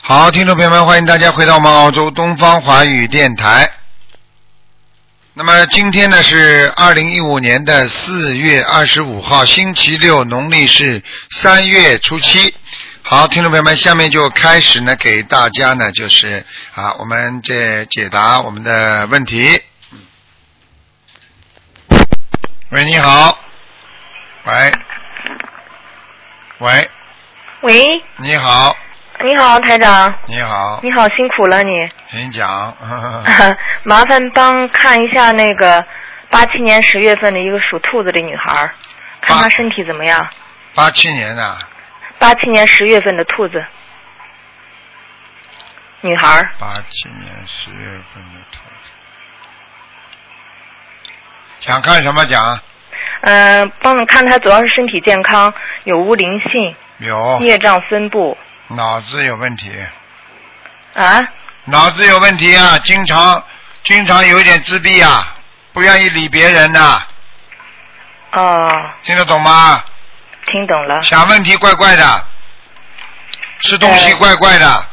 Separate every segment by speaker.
Speaker 1: 好，听众朋友们，欢迎大家回到我们澳洲东方华语电台。那么今天呢是二零一五年的四月二十五号，星期六，农历是三月初七。好，听众朋友们，下面就开始呢，给大家呢就是啊，我们这解答我们的问题。喂，你好。喂。喂，
Speaker 2: 喂，
Speaker 1: 你好，
Speaker 2: 你好，台长，
Speaker 1: 你好，啊
Speaker 2: 你好，辛苦了你。
Speaker 1: 请讲。
Speaker 2: 麻烦帮看一下那个八七年十月份的一个属兔子的女孩儿，看她
Speaker 1: 八
Speaker 2: 身体怎么样。
Speaker 1: 八七年的、
Speaker 2: 八七年十月份的兔子女孩儿，
Speaker 1: 八七年十月份的兔子，想看什么讲？
Speaker 2: 嗯、帮着看她主要是身体健康，有无灵性，
Speaker 1: 有
Speaker 2: 业障分布
Speaker 1: 脑子有问题，
Speaker 2: 啊？
Speaker 1: 脑子有问题啊，经常经常有点自闭啊，不愿意理别人呐、
Speaker 2: 哦，
Speaker 1: 听得懂吗？
Speaker 2: 听懂了。
Speaker 1: 想问题怪怪的，吃东西
Speaker 2: 对
Speaker 1: 怪怪的，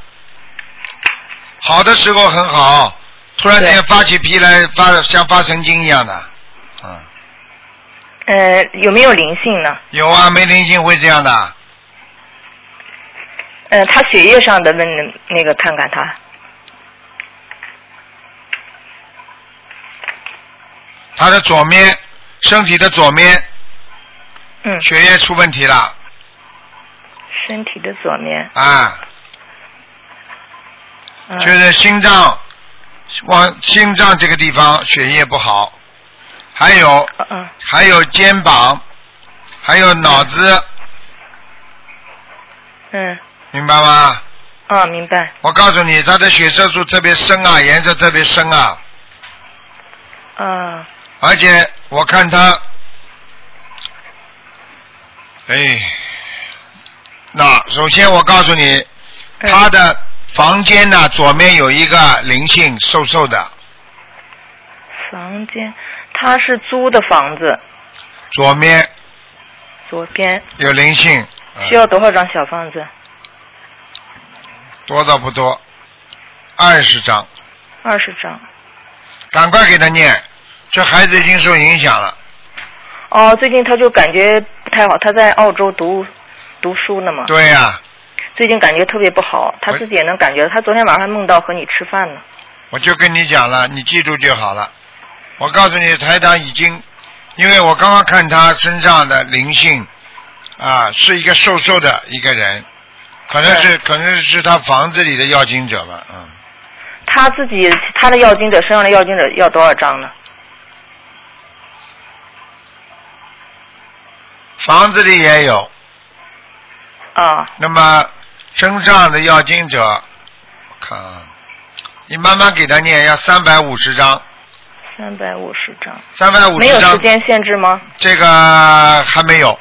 Speaker 1: 好的时候很好，突然间
Speaker 2: 对
Speaker 1: 发起脾来发像发神经一样的，嗯，
Speaker 2: 呃，有没有灵性呢？
Speaker 1: 有啊，没灵性会这样的，
Speaker 2: 呃，她血液上的问那个看看她。
Speaker 1: 他的左面身体的左面
Speaker 2: 嗯，
Speaker 1: 血液出问题了
Speaker 2: 身体的左面。
Speaker 1: 啊，
Speaker 2: 嗯、
Speaker 1: 就是心脏往心脏这个地方血液不好，还有
Speaker 3: 啊
Speaker 2: 嗯嗯
Speaker 1: 还有肩膀，还有脑子，
Speaker 2: 嗯，
Speaker 1: 明白吗？
Speaker 2: 哦，明白。
Speaker 1: 我告诉你，它的血色素特别深啊，颜色特别深啊，
Speaker 2: 啊，
Speaker 1: 而且我看它，哎，那首先我告诉你，
Speaker 2: 嗯
Speaker 1: 他的房间呢、左面有一个灵性，瘦瘦的，
Speaker 2: 房间，他是租的房子，
Speaker 1: 左面
Speaker 2: 左边
Speaker 1: 有灵性，
Speaker 2: 需要多少张小房子？
Speaker 1: 多到不多，二十张，
Speaker 2: 二十张。
Speaker 1: 赶快给他念，这孩子已经受影响了，
Speaker 2: 哦，最近他就感觉不太好，他在澳洲读读书呢嘛，
Speaker 1: 对呀、
Speaker 2: 最近感觉特别不好，他自己也能感觉到。他昨天晚上还梦到和你吃饭呢。
Speaker 1: 我就跟你讲了，你记住就好了。我告诉你，台长已经，因为我刚刚看他身上的灵性，啊，是一个瘦瘦的一个人，可能是可能是他房子里的要经者吧，嗯，
Speaker 2: 他自己他的要经者身上的要经者要多少张呢？
Speaker 1: 房子里也有。
Speaker 2: 啊，
Speaker 1: 那么身上的要经者，我看啊，你慢慢给他念，要三百五十张，
Speaker 2: 三百五十张。
Speaker 1: 三百五
Speaker 2: 没有
Speaker 1: 十
Speaker 2: 时
Speaker 1: 张，
Speaker 2: 间限制吗？
Speaker 1: 这个还没有。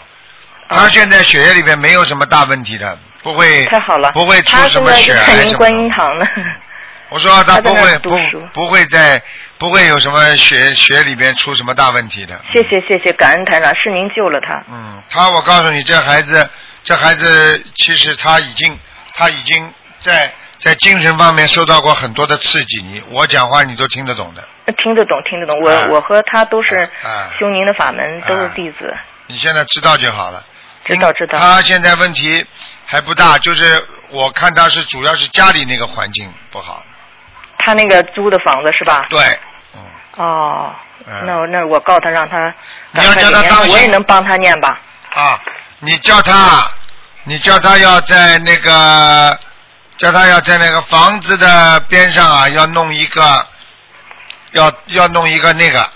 Speaker 2: 啊
Speaker 1: 他现在血液里面没有什么大问题的，不会
Speaker 2: 太好了，
Speaker 1: 不会出
Speaker 2: 他
Speaker 1: 什
Speaker 2: 现
Speaker 1: 么
Speaker 2: 在
Speaker 1: 血
Speaker 2: 是
Speaker 1: 癌
Speaker 2: 看
Speaker 1: 什
Speaker 2: 您
Speaker 1: 么
Speaker 2: 观音
Speaker 1: 的。
Speaker 2: 堂呢。
Speaker 1: 我说他
Speaker 2: 他在
Speaker 1: 不
Speaker 2: 那
Speaker 1: 会
Speaker 2: 儿读
Speaker 1: 不
Speaker 2: 书
Speaker 1: 不会在不会有什么血血里边出什么大问题的。
Speaker 2: 谢谢谢谢，感恩台长，是您救了他。
Speaker 1: 嗯，他我告诉你，这孩子这孩子其实他已经他已经在在精神方面受到过很多的刺激，你我讲话你都听得懂的。
Speaker 2: 听得懂，听得懂。我、
Speaker 1: 啊
Speaker 2: 我和他都是
Speaker 1: 啊
Speaker 2: 修您的法门，
Speaker 1: 啊
Speaker 2: 都是弟子。
Speaker 1: 你现在知道就好了。
Speaker 2: 知道
Speaker 1: 因
Speaker 2: 知道
Speaker 1: 他现在问题还不大，就是我看他是主要是家里那个环境不好。
Speaker 2: 他那个租的房子是吧？
Speaker 1: 对，嗯，
Speaker 2: 哦，
Speaker 1: 嗯
Speaker 2: 那我那我告他，让他
Speaker 1: 你
Speaker 2: 赶
Speaker 1: 要
Speaker 2: 快
Speaker 1: 叫他
Speaker 2: 给
Speaker 1: 当
Speaker 2: 念，
Speaker 1: 心
Speaker 2: 我也能帮他念吧。
Speaker 1: 啊，你叫他，你叫他要在那个，叫他要在那个房子的边上啊，要弄一个，要要弄一个那个，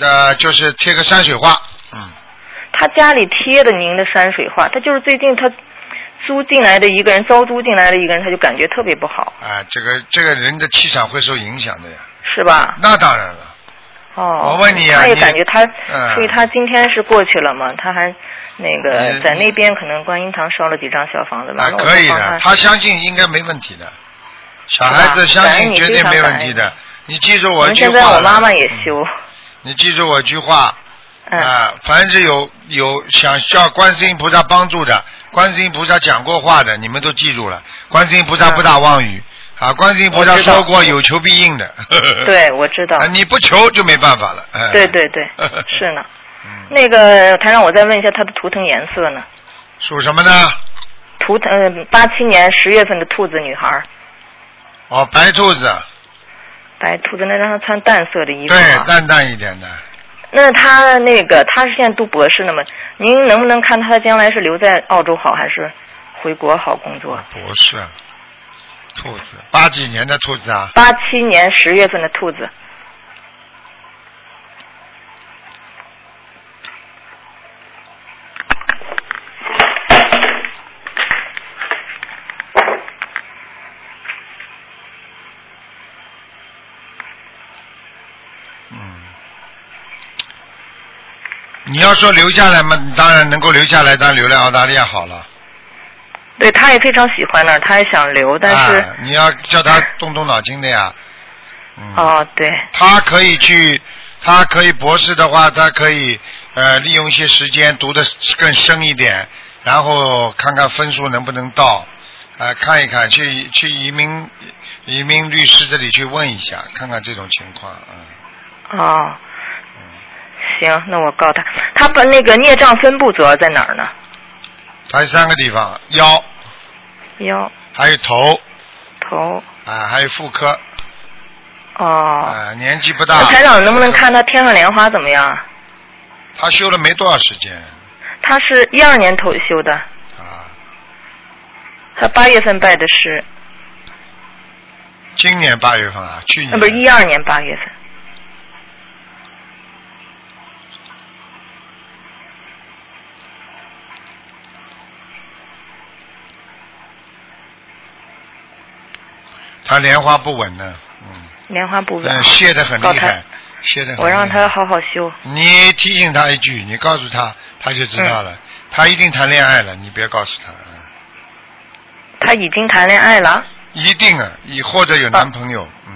Speaker 1: 呃，就是贴个山水画，嗯，
Speaker 2: 他家里贴的您的山水画，他就是最近他租进来的一个人，招租进来的一个人，他就感觉特别不好，
Speaker 1: 啊，这个这个人的气场会受影响的呀。
Speaker 2: 是吧？
Speaker 1: 那当然了，
Speaker 2: 哦，
Speaker 1: 我问你啊
Speaker 2: 他也
Speaker 1: 你
Speaker 2: 感觉他，
Speaker 1: 嗯
Speaker 2: 所以他今天是过去了嘛？他还那个
Speaker 1: 你
Speaker 2: 在那边可能观音堂烧了几张小房子，
Speaker 1: 那
Speaker 2: 完了我
Speaker 1: 嗯啊可以
Speaker 2: 就帮
Speaker 1: 的，他相信应该没问题的，小孩子
Speaker 2: 是吧
Speaker 1: 相
Speaker 2: 感
Speaker 1: 信
Speaker 2: 恩
Speaker 1: 绝对
Speaker 2: 你非常
Speaker 1: 没
Speaker 2: 感
Speaker 1: 问题
Speaker 2: 恩
Speaker 1: 的。你记住
Speaker 2: 我
Speaker 1: 我一
Speaker 2: 们
Speaker 1: 句
Speaker 2: 现
Speaker 1: 话
Speaker 2: 在
Speaker 1: 了，
Speaker 2: 我妈妈也
Speaker 1: 嗯
Speaker 2: 修，
Speaker 1: 你记住我一句话，
Speaker 2: 嗯
Speaker 1: 啊，凡是有有想叫观世音菩萨帮助的，观世音菩萨讲过话的，你们都记住了。观世音菩萨不打妄语、啊，观世音菩萨
Speaker 2: 嗯我知道
Speaker 1: 说过有求必应的。
Speaker 2: 对，我知道。
Speaker 1: 啊，你不求就没办法了。哎、
Speaker 2: 对 对对，是呢。
Speaker 1: 嗯
Speaker 2: 那个台长，我再问一下它的图腾颜色呢？
Speaker 1: 属什么呢？
Speaker 2: 图腾呃八七年十月份的兔子女孩儿，
Speaker 1: 哦，白兔子，
Speaker 2: 白兔子，那让她穿淡色的衣服
Speaker 1: 对，
Speaker 2: 啊。
Speaker 1: 哎淡淡一点的。
Speaker 2: 那她那个她是现在读博士呢嘛？您能不能看她将来是留在澳洲好，还是回国好工作？
Speaker 1: 不是，兔子，八几年的兔子啊，
Speaker 2: 八七年十月份的兔子，
Speaker 1: 嗯。你要说留下来嘛，当然能够留下来，当然留在澳大利亚好了。
Speaker 2: 对她也非常喜欢那儿，她也想留，但是、
Speaker 1: 啊、你要叫他动动脑筋的呀。嗯。
Speaker 2: 哦，对，
Speaker 1: 他可以去，他可以博士的话，他可以呃利用一些时间读的更深一点，然后看看分数能不能到，呃看一看去去移民移民律师这里去问一下，看看这种情况啊、
Speaker 2: 哦，
Speaker 1: 嗯
Speaker 2: 行，那我告她，她把那个孽障分布主要在哪儿呢？
Speaker 1: 还有三个地方，腰，
Speaker 2: 腰、
Speaker 1: 还有头，
Speaker 2: 头，
Speaker 1: 啊、还有妇科，啊、
Speaker 2: 哦。
Speaker 1: 年纪不
Speaker 2: 那
Speaker 1: 大。
Speaker 2: 台长能不能看他天上莲花怎么样啊？
Speaker 1: 他修了没多少时间
Speaker 2: 他是一二年头修的，
Speaker 1: 啊，
Speaker 2: 他八月份拜的师，
Speaker 1: 今年八月份啊，去年
Speaker 2: 呃那不是一二年八月份。
Speaker 1: 他莲花不稳呢，嗯。
Speaker 2: 莲花不稳
Speaker 1: 嗯，，谢的很
Speaker 2: 告
Speaker 1: 厉
Speaker 2: 他
Speaker 1: 害，谢的很厉害。
Speaker 2: 我让他好好修。
Speaker 1: 你提醒他一句，你告诉他，他就知道
Speaker 2: 嗯
Speaker 1: 了。他一定谈恋爱了，你别告诉他，嗯
Speaker 2: 他已经谈恋爱了，
Speaker 1: 一定啊，以或者有男朋友，嗯，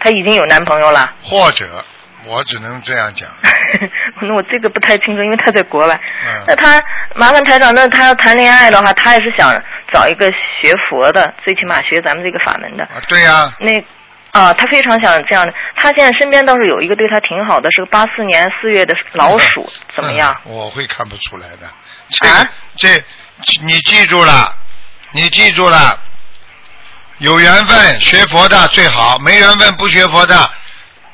Speaker 2: 他已经有男朋友了。
Speaker 1: 或者我只能这样讲，
Speaker 2: 那我这个不太清楚，因为他在国外。
Speaker 1: 嗯
Speaker 2: 那他麻烦台长，那他要谈恋爱的话，他也是想找一个学佛的，最起码学咱们这个法门的。
Speaker 1: 啊，对呀、
Speaker 2: 那啊，他非常想这样的。他现在身边倒是有一个对他挺好的，是个八四年四月的老鼠，怎么样？
Speaker 1: 嗯我会看不出来的。这个、
Speaker 2: 啊
Speaker 1: 这，你记住了，你记住了，有缘分学佛的最好，没缘分不学佛的，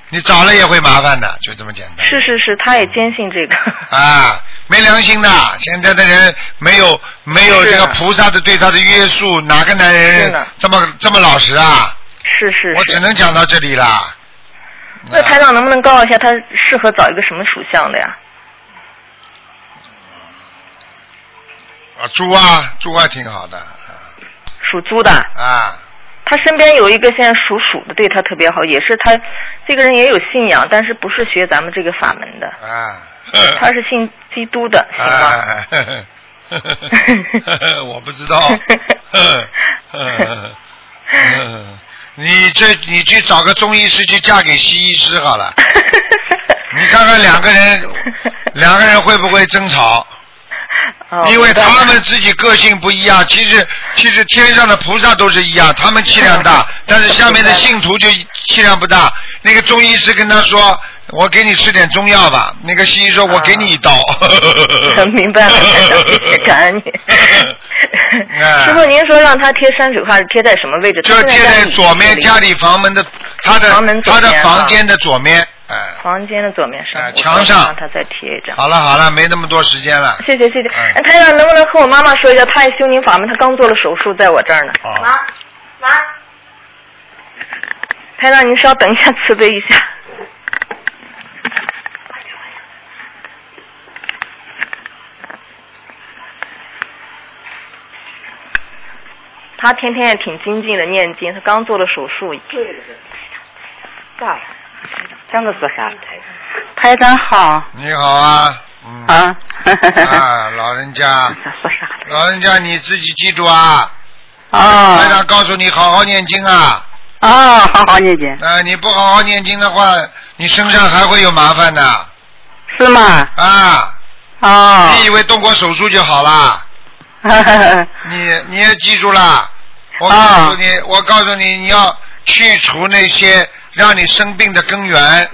Speaker 1: 你找了也会麻烦的，就这么简单。
Speaker 2: 是是是，他也坚信这个。
Speaker 1: 啊，没良心的！现在的人没有没有这
Speaker 2: 是的
Speaker 1: 个菩萨的对他的约束，哪个男
Speaker 2: 是啊
Speaker 1: 人
Speaker 2: 的
Speaker 1: 这么这么老实啊？
Speaker 2: 是是
Speaker 1: 我只
Speaker 2: 是。
Speaker 1: 能讲到这里啦。
Speaker 2: 那
Speaker 1: 啊
Speaker 2: 台长能不能告诉一下，他适合找一个什么属相的呀？
Speaker 1: 啊，猪啊，猪啊，挺好的
Speaker 2: 属猪的，
Speaker 1: 啊啊，
Speaker 2: 他身边有一个现在属鼠的，对他特别好，也是他这个人也有信仰，但是不是学咱们这个法门的，
Speaker 1: 啊
Speaker 2: 他是信基督的，行 吗？
Speaker 1: 啊，呵呵呵呵我不知道。呵呵呵你这你去找个中医师去嫁给西医师好了，你看看两个人两个人会不会争吵？
Speaker 2: 哦
Speaker 1: 因为
Speaker 2: 明白
Speaker 1: 他
Speaker 2: 了
Speaker 1: 们自己个性不一样，其实其实天上的菩萨都是一样，他们气量大，但是下面的信徒就气量不大。那个中医师跟他说：“我给你吃点中药吧。”那个西医说：“我给你一刀。
Speaker 2: 明白了，台长，谢谢 感恩 你。
Speaker 1: 哎
Speaker 2: 师傅，您说让他贴山水画是贴在什么位 置？
Speaker 1: 就
Speaker 2: 他现
Speaker 1: 贴
Speaker 2: 在
Speaker 1: 在
Speaker 2: 里
Speaker 1: 左面
Speaker 2: 里
Speaker 1: 家里房门的，他的
Speaker 2: 房门左
Speaker 1: 他的
Speaker 2: 边啊
Speaker 1: 房间的左面。哎，
Speaker 2: 房间的左面上，
Speaker 1: 哎
Speaker 2: 我说
Speaker 1: 墙上
Speaker 2: 让他再贴一张。
Speaker 1: 好了好了，没那么多时间了。
Speaker 2: 谢谢谢谢，
Speaker 1: 哎
Speaker 2: 哎，台长能不能和我妈妈说一下，她也修您法门，她刚做了手术，在我这儿呢。
Speaker 1: 好，
Speaker 3: 妈，
Speaker 2: 台长，您稍等一下， 慈悲一下。她天天也挺精进的念经，她刚做了手术。
Speaker 3: 张老师好，台长好
Speaker 1: 你好啊，嗯
Speaker 3: 啊，
Speaker 1: 啊，老人家，
Speaker 3: 说啥了？
Speaker 1: 老人家你自己记住啊。台
Speaker 3: 哦
Speaker 1: 长告诉你好好念经啊，
Speaker 3: 哦，好好念经，
Speaker 1: 啊、你不好好念经的话，你身上还会有麻烦的。
Speaker 3: 是吗？
Speaker 1: 啊，
Speaker 3: 哦，
Speaker 1: 你以为动过手术就好 啦？你你也记住啦。我告诉
Speaker 3: 哦
Speaker 1: 你，我告诉你，你要去除那些让你生病的根源，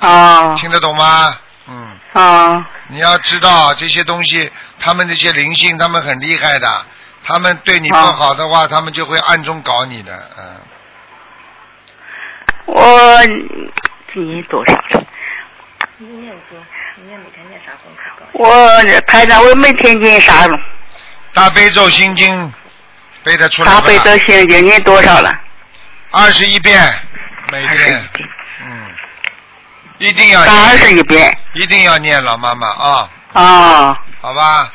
Speaker 3: 哦
Speaker 1: 听得懂吗？嗯，
Speaker 3: 哦
Speaker 1: 你要知道这些东西，他们这些灵性，他们很厉害的，他们对你不
Speaker 3: 啊
Speaker 1: 好的话，他们就会暗中搞你的，嗯。
Speaker 3: 我今年呃多少了？
Speaker 2: 你念经，你念每天念啥功课？
Speaker 3: 我排长，我每天念啥了？
Speaker 1: 大悲咒心经背得出来
Speaker 3: 大
Speaker 1: 吧？
Speaker 3: 悲咒心经念多少了？
Speaker 1: 二十一遍，每
Speaker 3: 二十一
Speaker 1: 天，
Speaker 3: 遍，
Speaker 1: 嗯，一定要
Speaker 3: 打二
Speaker 1: 念，
Speaker 3: 十一遍。
Speaker 1: 一定要念老妈妈啊，
Speaker 3: 哦，
Speaker 1: 好吧？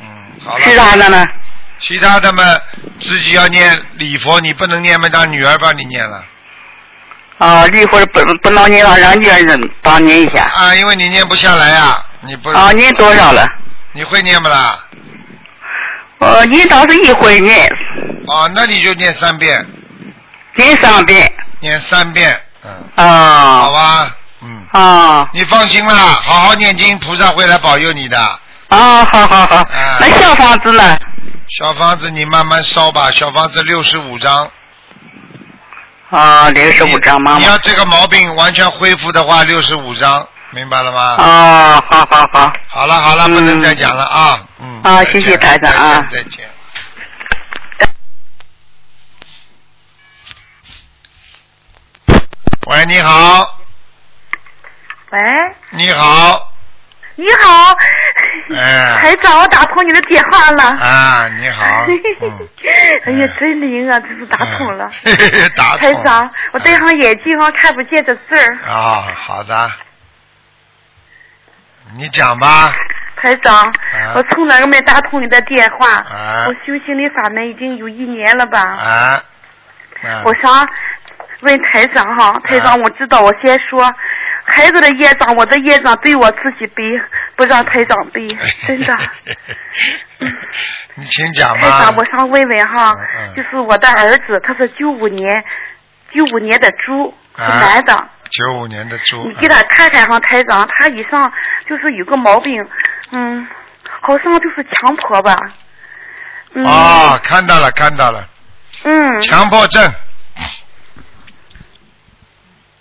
Speaker 1: 嗯，好
Speaker 3: 其
Speaker 1: 了。
Speaker 3: 他的呢？
Speaker 1: 其他的嘛，自己要念礼佛，你不能念嘛，让女儿帮你念了
Speaker 3: 哦，离婚不不能念了，让女儿人帮念一下。
Speaker 1: 啊，因为你念不下来啊，你不，
Speaker 3: 哦，念多少了？
Speaker 1: 你会念不啦？
Speaker 3: 我念哦倒是一回念，
Speaker 1: 哦，那你就念三遍，
Speaker 3: 念三遍。
Speaker 1: 念三遍，嗯，好
Speaker 3: 哦，
Speaker 1: 吧，嗯，
Speaker 3: 哦，
Speaker 1: 你放心啦，好好念经，菩萨会来保佑你的。
Speaker 3: 哦，好好好
Speaker 1: 啊。
Speaker 3: 那小房子呢？
Speaker 1: 小房子你慢慢烧吧，小房子六十五张，
Speaker 3: 哦，六十五张妈
Speaker 1: 你
Speaker 3: 妈。
Speaker 1: 要这个毛病完全恢复的话，六十五张，明白了吗？
Speaker 4: 啊
Speaker 3: 哦，好好好。
Speaker 1: 好了好了，
Speaker 3: 嗯
Speaker 1: 不能再讲了啊，嗯。
Speaker 3: 啊
Speaker 1: 再见
Speaker 3: 谢谢台长啊
Speaker 1: 再见再见。喂，你好，
Speaker 5: 喂，
Speaker 1: 你好，
Speaker 5: 你好，
Speaker 1: 哎
Speaker 5: 台，长，我打通你的电话了。
Speaker 1: 啊，你好，嗯，
Speaker 5: 哎呀，真灵啊，真是打通了。
Speaker 1: 嗯，打通
Speaker 5: 台
Speaker 1: 了，
Speaker 5: 长，我戴上眼镜我看不见这字儿。
Speaker 1: 啊，好的，你讲吧，
Speaker 5: 台长，
Speaker 1: 啊
Speaker 5: 我从哪个没打通你的电话？
Speaker 1: 啊
Speaker 5: 我修心理法门已经有一年了吧？
Speaker 1: 啊，啊
Speaker 5: 我想问台长哈，
Speaker 1: 嗯
Speaker 5: 台长，我知道，我先说，孩子的业障，我的业障对我自己背，不让台长 背，真的。
Speaker 1: 你请讲
Speaker 5: 台
Speaker 1: 吧
Speaker 5: 长，。我想问问哈，
Speaker 1: 嗯嗯
Speaker 5: 就是我的儿子，他是九五年，九五年的猪，是
Speaker 1: 啊
Speaker 5: 男的。
Speaker 1: 九五年的猪，
Speaker 5: 你给他看看哈，台长，他以上就是有个毛病，嗯，好像就是强迫吧。嗯、
Speaker 1: 啊、哦，看到了，看到了，
Speaker 5: 嗯，
Speaker 1: 强迫症。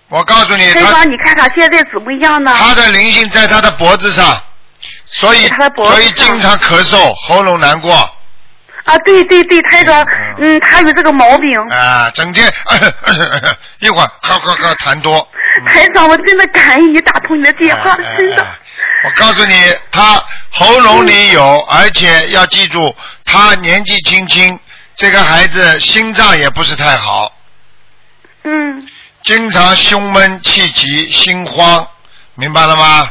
Speaker 1: 我告诉你，
Speaker 5: 台
Speaker 1: 他
Speaker 5: 长，你看他现在怎么样呢？
Speaker 1: 他的灵性在他的脖子上，所以
Speaker 5: 在他的脖子
Speaker 1: 所以
Speaker 5: 上
Speaker 1: 经常咳嗽，喉咙难过
Speaker 5: 啊，对对对，台长
Speaker 1: 嗯，
Speaker 5: 嗯，他有这个毛病。
Speaker 1: 啊，整天 一会儿咳咳咳痰多。嗯
Speaker 5: 台长，我真的感恩你打通你的电话，
Speaker 1: 哎哎
Speaker 5: 真的
Speaker 1: 哎。 我告诉你，他喉咙里有，而且要记住，他年纪轻轻，这个孩子心脏也不是太好，
Speaker 5: 嗯，
Speaker 1: 经常胸闷气急、心慌，明白了吗？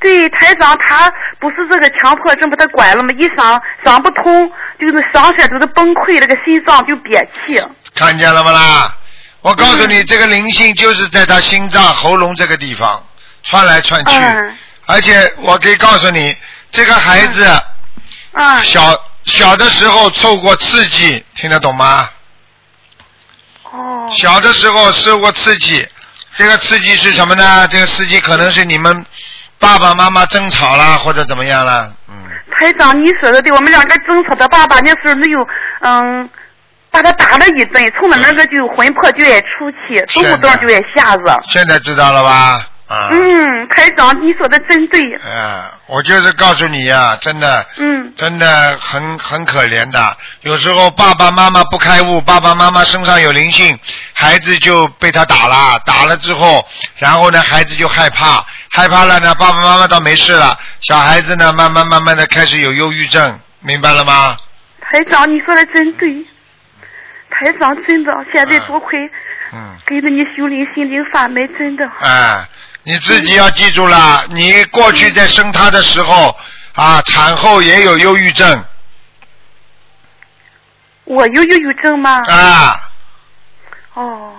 Speaker 5: 对，台长他不是这个强迫症把他拐了吗？一想想不通，就是想起来就是崩溃，那个心脏就憋气。
Speaker 1: 看见了不啦？我告诉你，这个灵性就是在他心脏、喉咙这个地方窜来窜去，
Speaker 5: 嗯
Speaker 1: 而且我可以告诉你，这个孩子
Speaker 5: 嗯，
Speaker 1: 小、小的时候受过刺激，听得懂吗？
Speaker 5: 哦，
Speaker 1: 小的时候受过刺激，这个刺激是什么呢？这个刺激可能是你们爸爸妈妈争吵啦，或者怎么样啦。嗯，
Speaker 5: 台长，你说的对，我们两个争吵，他爸爸那时候没有，嗯，把他打了一顿，从那
Speaker 1: 嗯
Speaker 5: 那个就魂魄就爱出气，动不动就爱吓着。
Speaker 1: 现在知道了吧？啊、
Speaker 5: 嗯，台长，你说的真对。
Speaker 1: 啊，我就是告诉你呀、真的，
Speaker 5: 嗯，
Speaker 1: 真的很很可怜的。有时候爸爸妈妈不开悟，爸爸妈妈身上有灵性，孩子就被他打了，打了之后，然后呢，孩子就害怕，害怕了呢，爸爸妈妈倒没事了，小孩子呢，慢慢慢慢的开始有忧郁症，明白了吗？
Speaker 5: 台长，你说的真对。台长，真的，现在多亏
Speaker 1: 嗯，
Speaker 5: 跟着你修灵心灵法门，真的。
Speaker 1: 哎，你自己要记住了，你过去在生他的时候啊，产后也有忧郁症
Speaker 5: 我有忧郁症吗？
Speaker 1: 啊，
Speaker 5: 哦，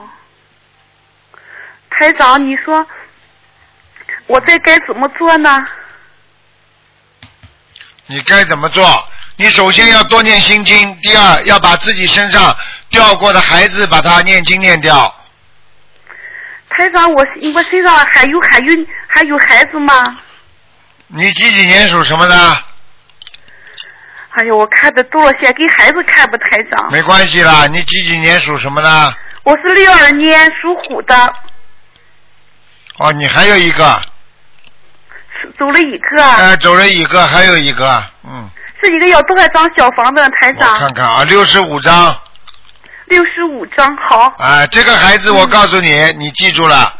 Speaker 5: 台长，你说我这该怎么做呢？
Speaker 1: 你该怎么做？你首先要多念心经，第二要把自己身上掉过的孩子把它念经念掉。
Speaker 5: 台长，我我身上还有还有还有孩子吗？
Speaker 1: 你几几年属什么的？
Speaker 5: 哎呦，我看的多了些，给孩子看吧，台长。
Speaker 1: 没关系啦，你几几年属什么的？
Speaker 5: 我是六二年属虎的，
Speaker 1: 哦，你还有一个，
Speaker 5: 走了一个，
Speaker 1: 哎，走了一个，还有一个，嗯，
Speaker 5: 这一个要多少张小房子呢，台
Speaker 1: 我
Speaker 5: 长
Speaker 1: 看？看啊，六十五张。
Speaker 5: 六十五张，好。
Speaker 1: 啊，这个孩子，我告诉你，你记住了，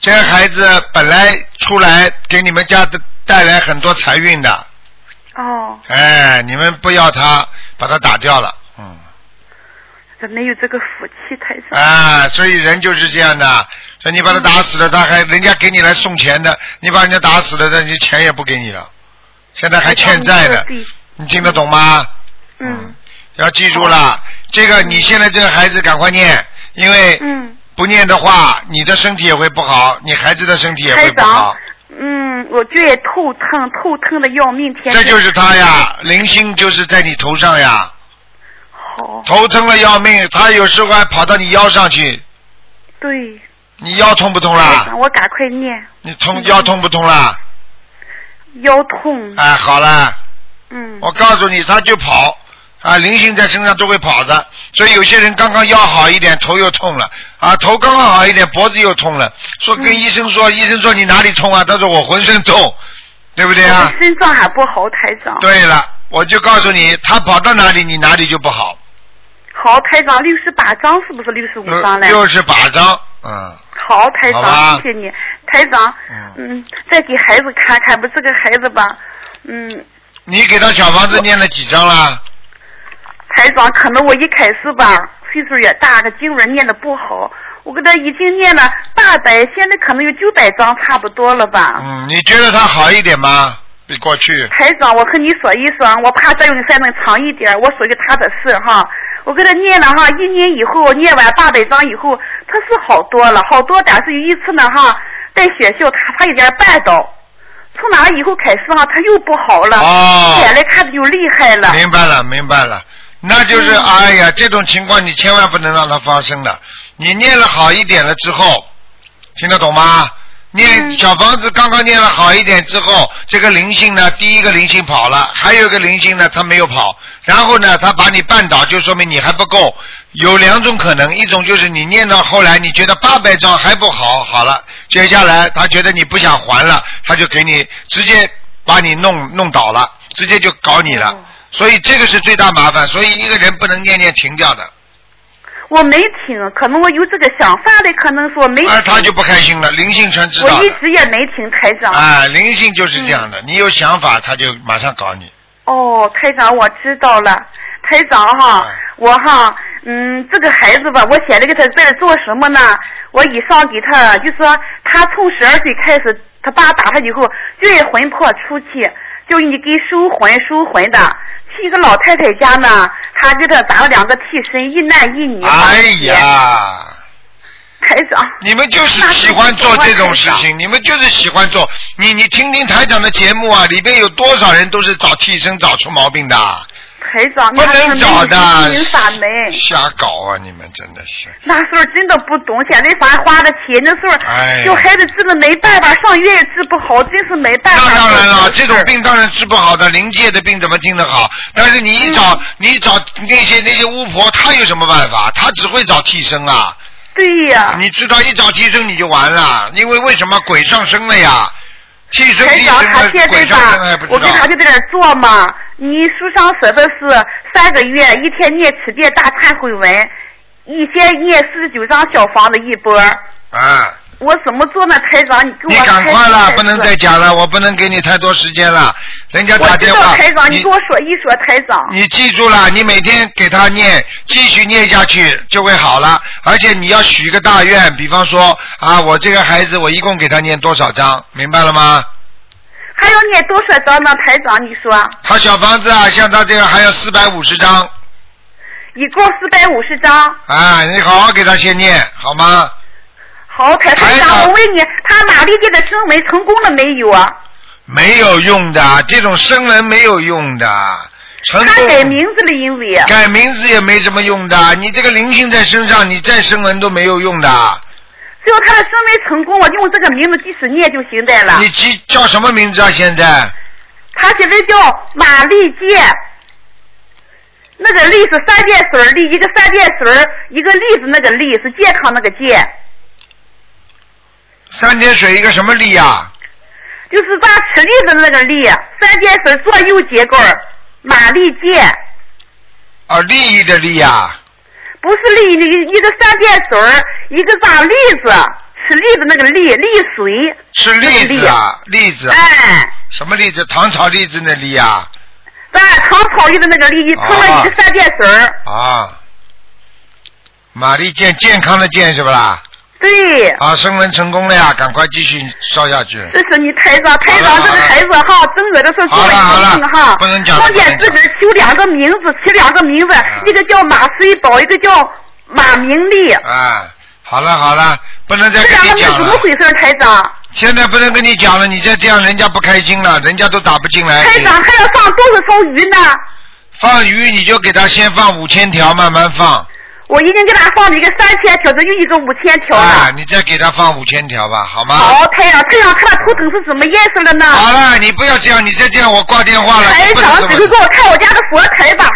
Speaker 1: 这个孩子本来出来给你们家的带来很多财运的，
Speaker 5: 哦，
Speaker 1: 哎，你们不要他，把他打掉了，嗯，
Speaker 5: 这没有这个福气，台长。
Speaker 1: 啊，所以人就是这样的，所以你把他打死了，他还人家给你来送钱的，你把人家打死了，那你钱也不给你了，现在还欠债呢
Speaker 5: 台长，你说得对
Speaker 1: 你听得懂吗？
Speaker 5: 嗯，
Speaker 1: 要记住了，这个你现在这个孩子赶快念，因为
Speaker 5: 嗯，
Speaker 1: 不念的话，你的身体也会不好，你孩子的身体也
Speaker 5: 台
Speaker 1: 会不好
Speaker 5: 长。，嗯，我觉得头疼，头疼的要命，天天。
Speaker 1: 这就是他呀，灵性就是在你头上呀，
Speaker 5: 好，
Speaker 1: 头疼的要命，他有时候还跑到你腰上去，
Speaker 5: 对，
Speaker 1: 你腰痛不痛
Speaker 5: 台
Speaker 1: 啦？
Speaker 5: 长，我赶快念，
Speaker 1: 你
Speaker 5: 嗯
Speaker 1: 痛腰痛不痛啦？
Speaker 5: 腰痛，
Speaker 1: 哎，好啦，
Speaker 5: 嗯，
Speaker 1: 我告诉你，他就跑啊，灵性在身上都会跑的，所以有些人刚刚腰好一点，头又痛了啊，头刚刚好一点，脖子又痛了，说跟医生说，医生说你哪里痛啊？他说我浑身痛，对不对啊？
Speaker 5: 我的肾脏还不好，台长。
Speaker 1: 对了，我就告诉你，他跑到哪里，你哪里就不好。
Speaker 5: 好，台长，六十八张是不是六十五张
Speaker 1: 嗯
Speaker 5: 来？
Speaker 1: 六十八张，嗯，
Speaker 5: 好，台
Speaker 1: 好吧
Speaker 5: 长，谢谢你，台长，嗯，再给孩子看看吧，这个孩子吧，嗯，
Speaker 1: 你给他小房子念了几张啦？
Speaker 5: 台长，可能我一开始吧，岁数也大，这经文念的不好，我给他已经念了八百，现在可能有九百张差不多了吧。
Speaker 1: 嗯，你觉得他好一点吗？比过去？
Speaker 5: 台长，我和你说一声，我怕这个时间能长一点，我说一个他的事哈。我给他念了哈，一年以后念完八百章以后，他是好多了，好多，但是有一次呢哈，在学校他他有点绊倒，从那以后开始哈，他又不好了，
Speaker 1: 哦
Speaker 5: 眼来看的就厉害了。
Speaker 1: 明白了，明白了，那就是、哎呀，这种情况你千万不能让它发生的。你念了好一点了之后，听得懂吗？
Speaker 5: 嗯
Speaker 1: 念小房子刚刚念了好一点之后，这个灵性呢，第一个灵性跑了，还有一个灵性呢，它没有跑。然后呢，它把你绊倒，就说明你还不够。有两种可能，一种就是你念到后来，你觉得八百张还不好，好了，接下来他觉得你不想还了，他就给你直接把你弄弄倒了，直接就搞你
Speaker 5: 嗯
Speaker 1: 了。所以这个是最大麻烦，所以一个人不能念念停掉的，
Speaker 5: 我没听，可能我有这个想法的，可能说没听，
Speaker 1: 而啊他就不开心了，灵性全知道
Speaker 5: 我一
Speaker 1: 了。
Speaker 5: 直也没听台长。
Speaker 1: 啊，灵性就是这样的，你有想法，他就马上搞你。
Speaker 5: 哦，台长，我知道了。台长哈
Speaker 1: 哎，
Speaker 5: 我哈，嗯，这个孩子吧，我现在给他在做什么呢？我以上给他就说，他从十二岁开始，他爸打他以后，就爱魂魄出去，就你给收魂收魂的。去一个老太太家呢，他给他打了两个替身，一男一女。
Speaker 1: 哎，呀，
Speaker 5: 台长，
Speaker 1: 你们就是喜欢做这种事情，你们啊就是喜欢做。你你听听台长的节目啊，里边有多少人都是找替身找出毛病的啊，
Speaker 5: 台长，
Speaker 1: 不能找
Speaker 5: 那时候
Speaker 1: 的
Speaker 5: 没有心灵法门。，
Speaker 1: 瞎搞啊！你们真的是，
Speaker 5: 那时候真的不懂，现在反花的起，那时
Speaker 1: 哎呀
Speaker 5: 候就孩子治的没办法，上月也治不好，真是没办法。
Speaker 1: 那当然了，这种病当然治不好的，灵界的病怎么听得好？但是你一找、你一找那些那些巫婆，她有什么办法？她只会找替身啊！
Speaker 5: 对呀、
Speaker 1: 你知道一找替身你就完了，因为为什么鬼上身了呀？替身
Speaker 5: 台
Speaker 1: 替
Speaker 5: 长
Speaker 1: 身
Speaker 5: 他
Speaker 1: 了
Speaker 5: 现在
Speaker 1: 鬼上身还不，
Speaker 5: 吧
Speaker 1: 知
Speaker 5: 我跟
Speaker 1: 道
Speaker 5: 他。就在那儿做嘛。你书上说的是三个月一天念七遍大忏悔文，一天念四十九张小房子一波。
Speaker 1: 啊，
Speaker 5: 我怎么做呢，台长？你给我
Speaker 1: 你赶
Speaker 5: 开
Speaker 1: 快
Speaker 5: 示
Speaker 1: 了，
Speaker 5: 开
Speaker 1: 不能
Speaker 5: 示
Speaker 1: 再讲了，我不能给你太多时间了。人家
Speaker 5: 我
Speaker 1: 打
Speaker 5: 知
Speaker 1: 电
Speaker 5: 道
Speaker 1: 话，
Speaker 5: 台长，
Speaker 1: 你
Speaker 5: 你给我说一说，台长。
Speaker 1: 你记住了，你每天给他念，继续念下去就会好了。而且你要许一个大愿，比方说啊，我这个孩子我一共给他念多少章，明白了吗？
Speaker 5: 还要念多少张呢，台长？你说。
Speaker 1: 他小房子啊，像他这个还有四百五十章
Speaker 5: 一共四百五十张。
Speaker 1: 啊，你好好给他先念好吗？
Speaker 5: 好，台
Speaker 1: 台长
Speaker 5: 长，我问你，他哪里给的升维成功了没有啊？
Speaker 1: 没有用的，这种生人没有用的，成
Speaker 5: 他
Speaker 1: 功
Speaker 5: 改名字了，因为
Speaker 1: 改名字也没什么用的，你这个灵性在身上，你再生人都没有用的。
Speaker 5: 最后他的生没成功，我用这个名啊字继续念就行得了。
Speaker 1: 你记叫什么名字啊？现在
Speaker 5: 他现在叫马丽介，那个丽是三点水儿丽，一个三点水儿，一个栗子那个栗是健康那个健，
Speaker 1: 三点水一个什么力啊？
Speaker 5: 就是把吃栗子那个栗，三点水儿左右结构儿，马丽介
Speaker 1: 啊，利益的利啊，
Speaker 5: 不是栗，一个三点水儿，一个长栗子，吃栗子那个栗，栗水，
Speaker 1: 是栗子啊，栗子啊，
Speaker 5: 哎，
Speaker 1: 什么栗子？糖炒栗子那栗啊？
Speaker 5: 把糖炒栗的那个栗，成了一个三点水儿，
Speaker 1: 啊，玛丽健健康的健是不啦？
Speaker 5: 对。
Speaker 1: 啊，升温成功了呀，赶快继续烧下去。
Speaker 5: 这是你台长，台
Speaker 1: 好
Speaker 5: 长
Speaker 1: 了
Speaker 5: 这个孩子哈，真的这是做
Speaker 1: 好了好
Speaker 5: 一
Speaker 1: 了
Speaker 5: 个哈，
Speaker 1: 不能讲了啊
Speaker 5: 中间自个儿起两个名字，起两个名字，一个叫马水宝，一个叫马明丽，
Speaker 1: 啊，好了好了，不能再
Speaker 5: 这
Speaker 1: 跟
Speaker 5: 两个
Speaker 1: 你
Speaker 5: 名
Speaker 1: 讲
Speaker 5: 怎么
Speaker 1: 了。
Speaker 5: 回事儿？台长，
Speaker 1: 现在不能跟你讲了，你再这样人家不开心了，人家都打不进来。
Speaker 5: 台长还要放多少条鱼呢？
Speaker 1: 放鱼你就给他先放五千条，慢慢放。
Speaker 5: 我已经给他放了一个三千条，这又一个五千条
Speaker 1: 啊，
Speaker 5: 了。
Speaker 1: 你再给他放五千条吧，好吗？
Speaker 5: 好，台长，台长看他头疼是什么颜色的呢？
Speaker 1: 好了，你不要这样，你再这样我挂电话了。
Speaker 5: 台
Speaker 1: 你不能
Speaker 5: 长，
Speaker 1: 这
Speaker 5: 只
Speaker 1: 么
Speaker 5: 是给我看我家的佛台吧。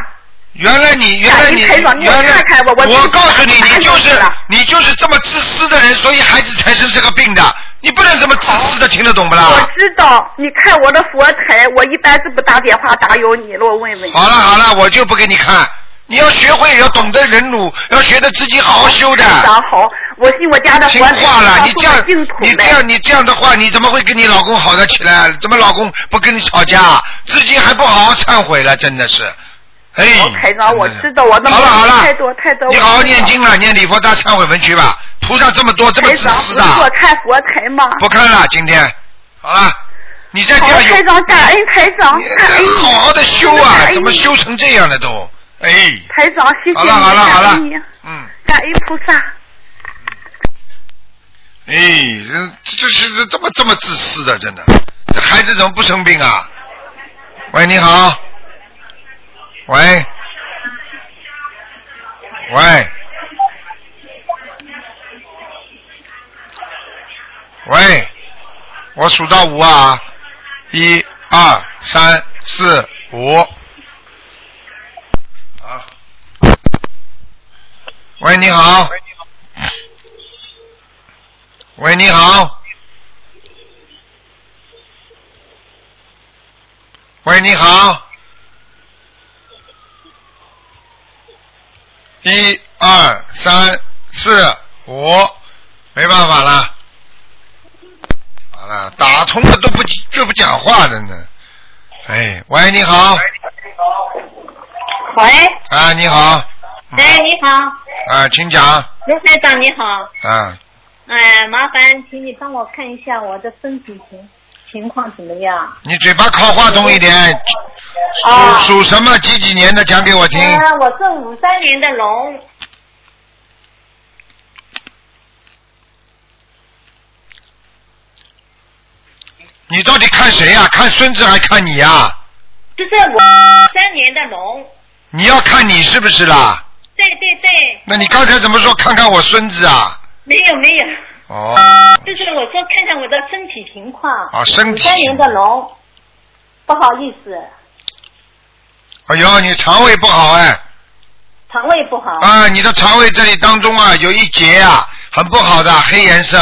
Speaker 1: 原来你，原来你，
Speaker 5: 台长你
Speaker 1: 原来
Speaker 5: 看看我我
Speaker 1: 告诉你，
Speaker 5: 打
Speaker 1: 你就
Speaker 5: 上去
Speaker 1: 是
Speaker 5: 了
Speaker 1: 你就是这么自私的人，所以孩子才生这个病的。你不能这么自私的，听得懂不啦？
Speaker 5: 我知道，你看我的佛台，我一般是不打电话打扰你了，我问问你。
Speaker 1: 好了好了，我就不给你看。你要学会，要懂得忍辱，要学得自己好好修的，
Speaker 5: 长好，我信我家的
Speaker 1: 听
Speaker 5: 佛
Speaker 1: 话了。你这样，
Speaker 5: 净土
Speaker 1: 你这样，你这样的话，你怎么会跟你老公好得起来？怎么老公不跟你吵架，自己还不好好忏悔了？真的是，哎
Speaker 5: 好，台长，
Speaker 1: 真的
Speaker 5: 我
Speaker 1: 是
Speaker 5: 知道我那
Speaker 1: 好了好了，
Speaker 5: 太多太多。
Speaker 1: 你好好念经了，念礼佛大忏悔文去吧。菩萨这么多，这么
Speaker 5: 台
Speaker 1: 自
Speaker 5: 长，
Speaker 1: 私
Speaker 5: 不是我
Speaker 1: 的，
Speaker 5: 看佛台吗？
Speaker 1: 不看了，今天好了，你再这
Speaker 5: 好，
Speaker 1: 样有
Speaker 5: 台，长感恩台长，哎感
Speaker 1: 你
Speaker 5: 恩你
Speaker 1: 好好的修
Speaker 5: 感
Speaker 1: 啊
Speaker 5: 恩，你
Speaker 1: 怎么修成这样的都？哎，
Speaker 5: 台长，谢谢
Speaker 1: 好
Speaker 5: 你，
Speaker 1: 了好了好
Speaker 5: 感
Speaker 1: 了
Speaker 5: 恩你，
Speaker 1: 嗯，
Speaker 5: 感恩菩萨。
Speaker 1: 哎，这这是这么这么自私的，真的，这孩子怎么不生病啊？喂，你好，喂，喂，喂，我数到五啊，一、二、三、四、五，啊，喂，你好，喂，你好，喂，你好，一二三四五，没办法了，好了，啊打通了都不就不讲话的呢，哎，喂，你好，
Speaker 6: 喂，
Speaker 1: 啊，你好，嗯
Speaker 6: 哎，你好，
Speaker 1: 啊，请讲，
Speaker 6: 刘台长你好，
Speaker 1: 啊，
Speaker 6: 哎，麻烦请你帮我看一下我的身体情情况怎么样？
Speaker 1: 你嘴巴靠话筒一点，
Speaker 6: 哦
Speaker 1: 属属什么几几年的讲给我听，
Speaker 6: 呃，我是五三年的龙，
Speaker 1: 你到底看谁呀、啊看孙子还看你呀、啊
Speaker 6: 就是我三年的龙，
Speaker 1: 你要看你是不是啦？
Speaker 6: 对对对，
Speaker 1: 那你刚才怎么说看看我孙子啊？
Speaker 6: 没有没有，
Speaker 1: 哦，
Speaker 6: 就是我说看看我的身体情况。
Speaker 1: 啊身体
Speaker 6: 五三年的龙，不好意思，
Speaker 1: 哎呦，你肠胃不好哎，
Speaker 6: 肠胃不好。
Speaker 1: 啊，你的肠胃这里当中啊有一节啊，很不好的黑颜色，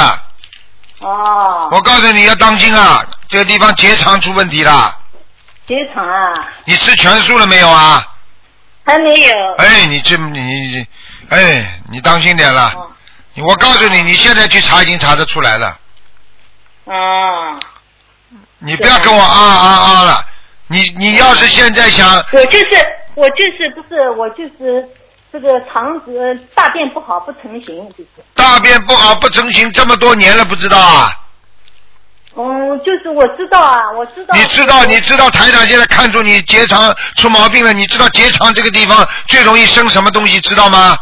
Speaker 6: 哦，
Speaker 1: 我告诉你要当心啊，这个地方结肠出问题了。
Speaker 6: 结肠啊，
Speaker 1: 你吃全素了没有啊？
Speaker 6: 还没有。
Speaker 1: 哎，你这你你，哎，你当心点了。
Speaker 6: 哦
Speaker 1: 你我告诉你，你现在去查已经查得出来了，
Speaker 6: 哦，
Speaker 1: 你不要跟我啊啊啊了。你你要是现在想
Speaker 6: 我就是我就是不是我就是这个肠子呃大便不好不成形，就是
Speaker 1: 大便不好不成形，这么多年了不知道啊？
Speaker 6: 嗯，就是我知道啊，我知道。
Speaker 1: 你知道，你知道台长现在看出你结肠出毛病了，你知道结肠这个地方最容易生什么东西，知道吗？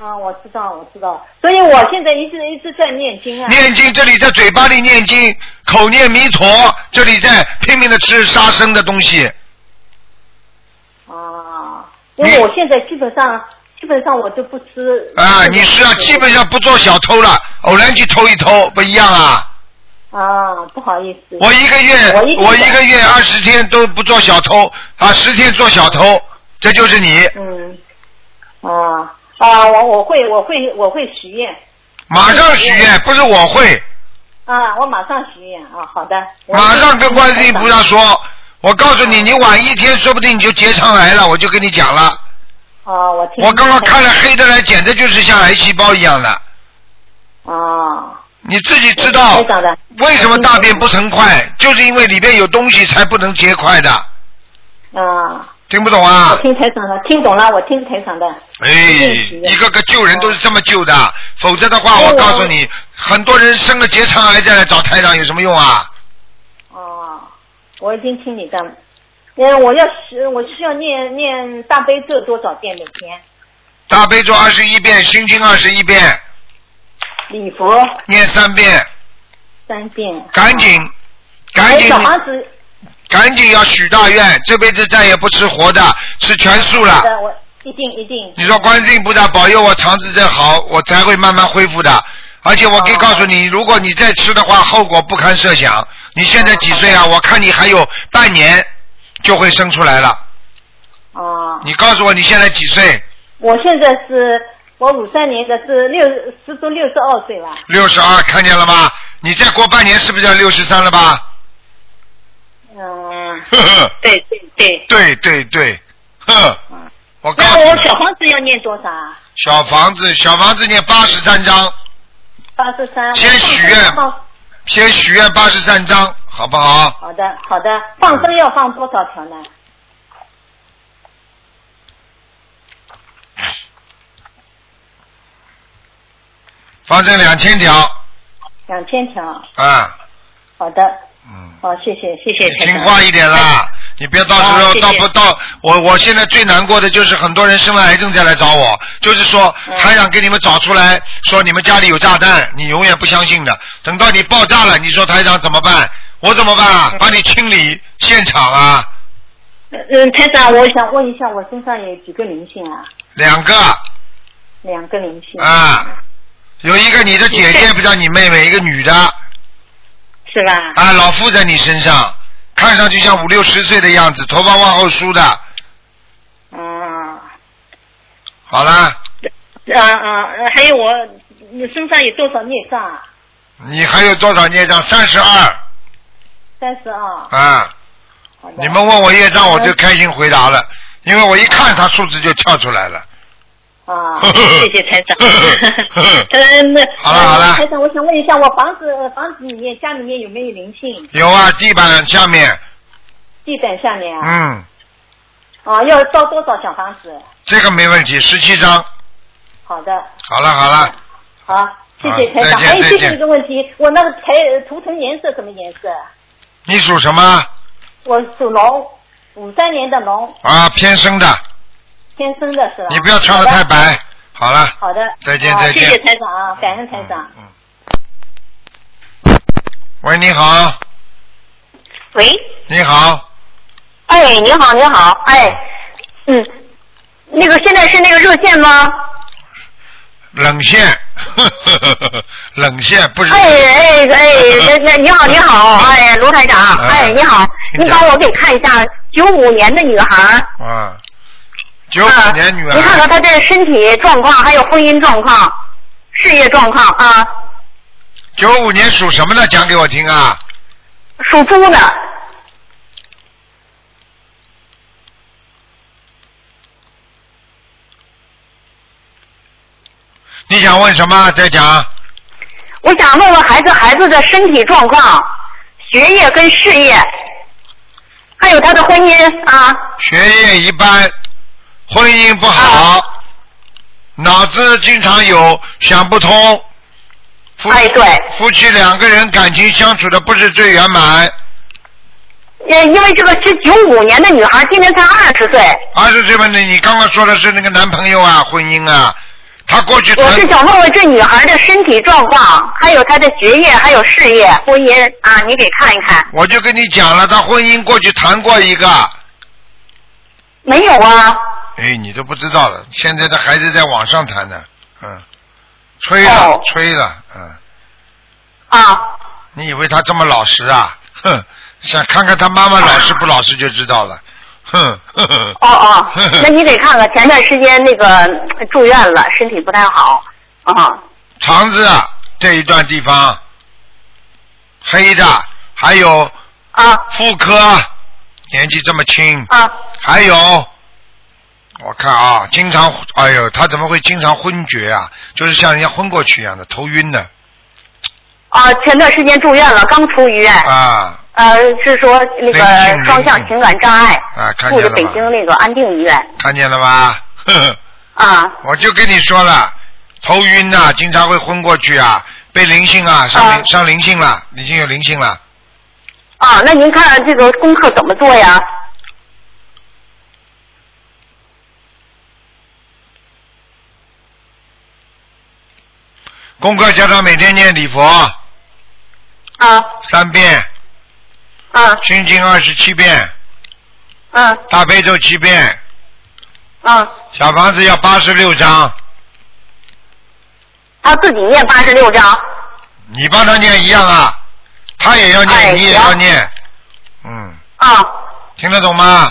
Speaker 6: 啊，我知道，我知道，所以我现在一直一直在念经啊。
Speaker 1: 念经这里在嘴巴里念经，口念弥陀，这里在拼命的吃杀生的东西。
Speaker 6: 啊，因为我现在基本上基本上我都不吃。
Speaker 1: 啊，你是啊，基本上不做小偷了，偶然去偷一偷不一样啊。
Speaker 6: 啊，不好意思。
Speaker 1: 我一个月，
Speaker 6: 我一
Speaker 1: 我一个月二十天都不做小偷啊，十天做小偷，这就是你，
Speaker 6: 嗯，啊啊，我我会我会我会许愿
Speaker 1: 马上许
Speaker 6: 嗯
Speaker 1: 愿，不是我会，
Speaker 6: 啊，我马上许愿啊，好的。我
Speaker 1: 马上跟观世音菩萨说，我告诉你，你晚一天，说不定你就结肠癌了，我就跟你讲了。
Speaker 6: 啊，我听。
Speaker 1: 我刚刚看了黑的来，简直就是像癌细胞一样的。
Speaker 6: 啊，
Speaker 1: 你自己知
Speaker 6: 我
Speaker 1: 道
Speaker 6: 知道的
Speaker 1: 为什么大便不成块，就是因为里边有东西才不能结块的，
Speaker 6: 啊，
Speaker 1: 听不懂
Speaker 6: 我
Speaker 1: 啊？
Speaker 6: 听台长的，听懂了，我听台长的。
Speaker 1: 哎，
Speaker 6: 练习的
Speaker 1: 一个个救人都是这么救的，否则的话，
Speaker 6: 哎
Speaker 1: 我
Speaker 6: 我
Speaker 1: 告诉你，很多人生了结肠癌再来找台长有什么用啊？
Speaker 6: 哦，我已经听你的。嗯，我要是我需要念念大悲咒多少遍每天？
Speaker 1: 大悲咒二十一遍，心经二十一遍，
Speaker 6: 礼佛
Speaker 1: 念三遍，
Speaker 6: 三遍。
Speaker 1: 赶紧，赶
Speaker 6: 我
Speaker 1: 紧
Speaker 6: 小，房子，
Speaker 1: 赶紧要许大愿，这辈子再也不吃活的，吃全素了。
Speaker 6: 呃，我一定一定。
Speaker 1: 你说观世音菩萨保佑我肠子正好，我才会慢慢恢复的。而且我可以告诉你，
Speaker 6: 哦
Speaker 1: 如果你再吃的话，后果不堪设想。你现在几岁啊？
Speaker 6: 哦
Speaker 1: 我看你还有半年就会生出来了。
Speaker 6: 哦，
Speaker 1: 你告诉我你现在几岁？
Speaker 6: 我现在是我五三年的，是六十足六十二岁了。
Speaker 1: 六十二，看见了吗？你再过半年是不是要六十三了吧？
Speaker 6: 嗯，
Speaker 1: 呵呵，
Speaker 6: 对对对。嗯
Speaker 1: 对对对，呵，我告
Speaker 6: 那
Speaker 1: 诉
Speaker 6: 我
Speaker 1: 你，
Speaker 6: 小房子要念多少啊？
Speaker 1: 小房子，小房子念八十三章，
Speaker 6: 八十三。
Speaker 1: 先许愿先许愿八十三章，好不好？
Speaker 6: 好的，好的，放生要放多少条呢？
Speaker 1: 方正两千条，
Speaker 6: 两千条。
Speaker 1: 啊，
Speaker 6: 好的，
Speaker 1: 嗯。
Speaker 6: 好，谢谢，谢谢
Speaker 1: 你
Speaker 6: 台
Speaker 1: 听
Speaker 6: 长。
Speaker 1: 话一点啦，你别到时
Speaker 6: 啊
Speaker 1: 候
Speaker 6: 谢谢
Speaker 1: 到不到我我现在最难过的就是很多人生了癌症再来找我，就是说
Speaker 6: 嗯
Speaker 1: 台长给你们找出来说你们家里有炸弹，你永远不相信的，等到你爆炸了，你说台长怎么办？我怎么办啊？把你清理现场啊，
Speaker 6: 嗯，台长，我想问一下，我身上有几个灵性啊？
Speaker 1: 两个
Speaker 6: 两个灵性，
Speaker 1: 啊，有一个你的姐姐不叫你妹妹，一个女的
Speaker 6: 是吧？
Speaker 1: 啊，老附在你身上，看上去像五六十岁的样子，头发往后梳的，
Speaker 6: 嗯，
Speaker 1: 好啦。
Speaker 6: 啊啊，呃还有我你身上有多少孽障啊？
Speaker 1: 你还有多少孽障？三十二
Speaker 6: 三十二。
Speaker 1: 啊！
Speaker 6: 好的
Speaker 1: 你们问我业障，我就开心回答了，因为我一看他数字就跳出来了。。
Speaker 6: 啊，谢谢台长 嗯，那
Speaker 1: 好了好了
Speaker 6: 呃台长，我想问一下，我房子呃房子里面家里面有没有灵性？
Speaker 1: 有啊，地板下面，
Speaker 6: 地板下面啊？
Speaker 1: 嗯，
Speaker 6: 啊，要造多少小房子？
Speaker 1: 这个没问题，十七张。
Speaker 6: 好的，
Speaker 1: 好了好了，
Speaker 6: 好，谢谢
Speaker 1: 好
Speaker 6: 台长。
Speaker 1: 再见
Speaker 6: 还有最
Speaker 1: 再见
Speaker 6: 后一个问题，我那个台呃图腾颜色什么颜色？啊
Speaker 1: 你属什么
Speaker 6: 我属龙，五三年的龙，
Speaker 1: 啊？偏生的，
Speaker 6: 天生的是吧？
Speaker 1: 你不要穿的太白。好了，
Speaker 6: 好的。
Speaker 1: 再见
Speaker 6: 啊
Speaker 1: 再见
Speaker 6: 谢谢台长啊，感恩台
Speaker 1: 嗯
Speaker 6: 长。
Speaker 1: 嗯。喂，你好，
Speaker 7: 喂，
Speaker 1: 你好，
Speaker 7: 哎，你好，你好，哎，嗯，那个现在是那个热线吗？
Speaker 1: 冷线，冷线不是。
Speaker 7: 哎哎哎，那那你好，你好，哎，卢台长，
Speaker 1: 嗯
Speaker 7: 哎，你好，
Speaker 1: 你
Speaker 7: 你
Speaker 1: 讲
Speaker 7: 帮我给看一下九五年的女孩儿，
Speaker 1: 啊，九
Speaker 7: 啊
Speaker 1: 五年女
Speaker 7: 你看看
Speaker 1: 儿，
Speaker 7: 她这身体状况，还有婚姻状况、事业状况啊，
Speaker 1: 九五年属什么的？讲给我听啊！
Speaker 7: 属猪的，
Speaker 1: 你想问什么？再讲。
Speaker 7: 我想问问孩子孩子的身体状况、学业跟事业，还有她的婚姻啊，
Speaker 1: 学业一般，婚姻不
Speaker 7: 啊
Speaker 1: 好，脑子经常有想不通。夫
Speaker 7: 哎对。
Speaker 1: 夫妻两个人感情相处的不是最圆满。
Speaker 7: 呃，因为这个是九五年的女孩，今年才二十岁。
Speaker 1: 二十岁问题，你刚刚说的是那个男朋友啊，婚姻啊，他过去
Speaker 7: 我
Speaker 1: 谈
Speaker 7: 是想问问这女孩的身体状况，还有她的学业，还有事业、婚姻啊，你给看一看。
Speaker 1: 我就跟你讲了，他婚姻过去谈过一个，
Speaker 7: 没有啊？
Speaker 1: 哎，你都不知道了，现在的孩子在网上谈的，嗯，吹了、
Speaker 7: 哦
Speaker 1: 吹了，嗯，
Speaker 7: 啊，
Speaker 1: 你以为他这么老实啊？哼，想看看他妈妈老实不老实就知道了，哼，呵呵
Speaker 7: 哦哦，那你得看看，前段时间那个嗯住院了，身体不太好啊。
Speaker 1: 肠子啊这一段地方黑的，还有
Speaker 7: 啊
Speaker 1: 妇科，年纪这么轻，
Speaker 7: 啊
Speaker 1: 还有，我看啊，经常，哎呦，他怎么会经常昏厥啊？就是像人家昏过去一样的，头晕的
Speaker 7: 啊！前段时间住院了，刚出医院。
Speaker 1: 啊
Speaker 7: 呃，是说那
Speaker 1: 灵性
Speaker 7: 个双向情感障碍，
Speaker 1: 啊！看
Speaker 7: 住
Speaker 1: 见
Speaker 7: 的
Speaker 1: 了
Speaker 7: 北京
Speaker 1: 吧？
Speaker 7: 那个安定医院
Speaker 1: 看见了 吧？呵呵
Speaker 7: 啊。
Speaker 1: 我就跟你说了，头晕呐、经常会昏过去啊，被灵性啊上灵、
Speaker 7: 啊
Speaker 1: 上灵性了，已经有灵性了。
Speaker 7: 啊，那您看这个功课怎么做呀？
Speaker 1: 功课叫他每天念礼佛
Speaker 7: 啊
Speaker 1: 三遍，
Speaker 7: 啊
Speaker 1: 心经二十七遍，
Speaker 7: 啊
Speaker 1: 大悲咒七遍，
Speaker 7: 啊！
Speaker 1: 小房子要八十六张，
Speaker 7: 他自己念八十六章。
Speaker 1: 你帮他念一样啊，他也要念，
Speaker 7: 哎
Speaker 1: 你也要
Speaker 7: 行
Speaker 1: 念，嗯。
Speaker 7: 啊，
Speaker 1: 听得懂吗？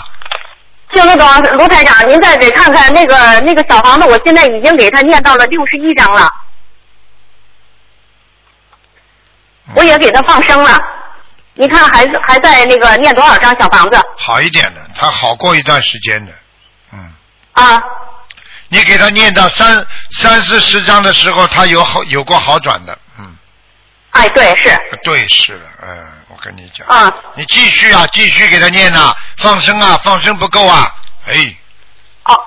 Speaker 7: 听得懂，卢台长，您再给看看那个那个小房子，我现在已经给他念到了六十一章了，
Speaker 1: 嗯
Speaker 7: 我也给他放生了。你看还是还在那个念多少张小房子
Speaker 1: 好一点的，他好过一段时间的。嗯，
Speaker 7: 啊？
Speaker 1: 你给他念到三三四十章的时候，他有好有过好转的。嗯，
Speaker 7: 哎，对，是
Speaker 1: 对，是的，嗯，我跟你讲，
Speaker 7: 啊
Speaker 1: 你继续啊，继续给他念呐、放生啊，放生不够啊，哎，
Speaker 7: 哦。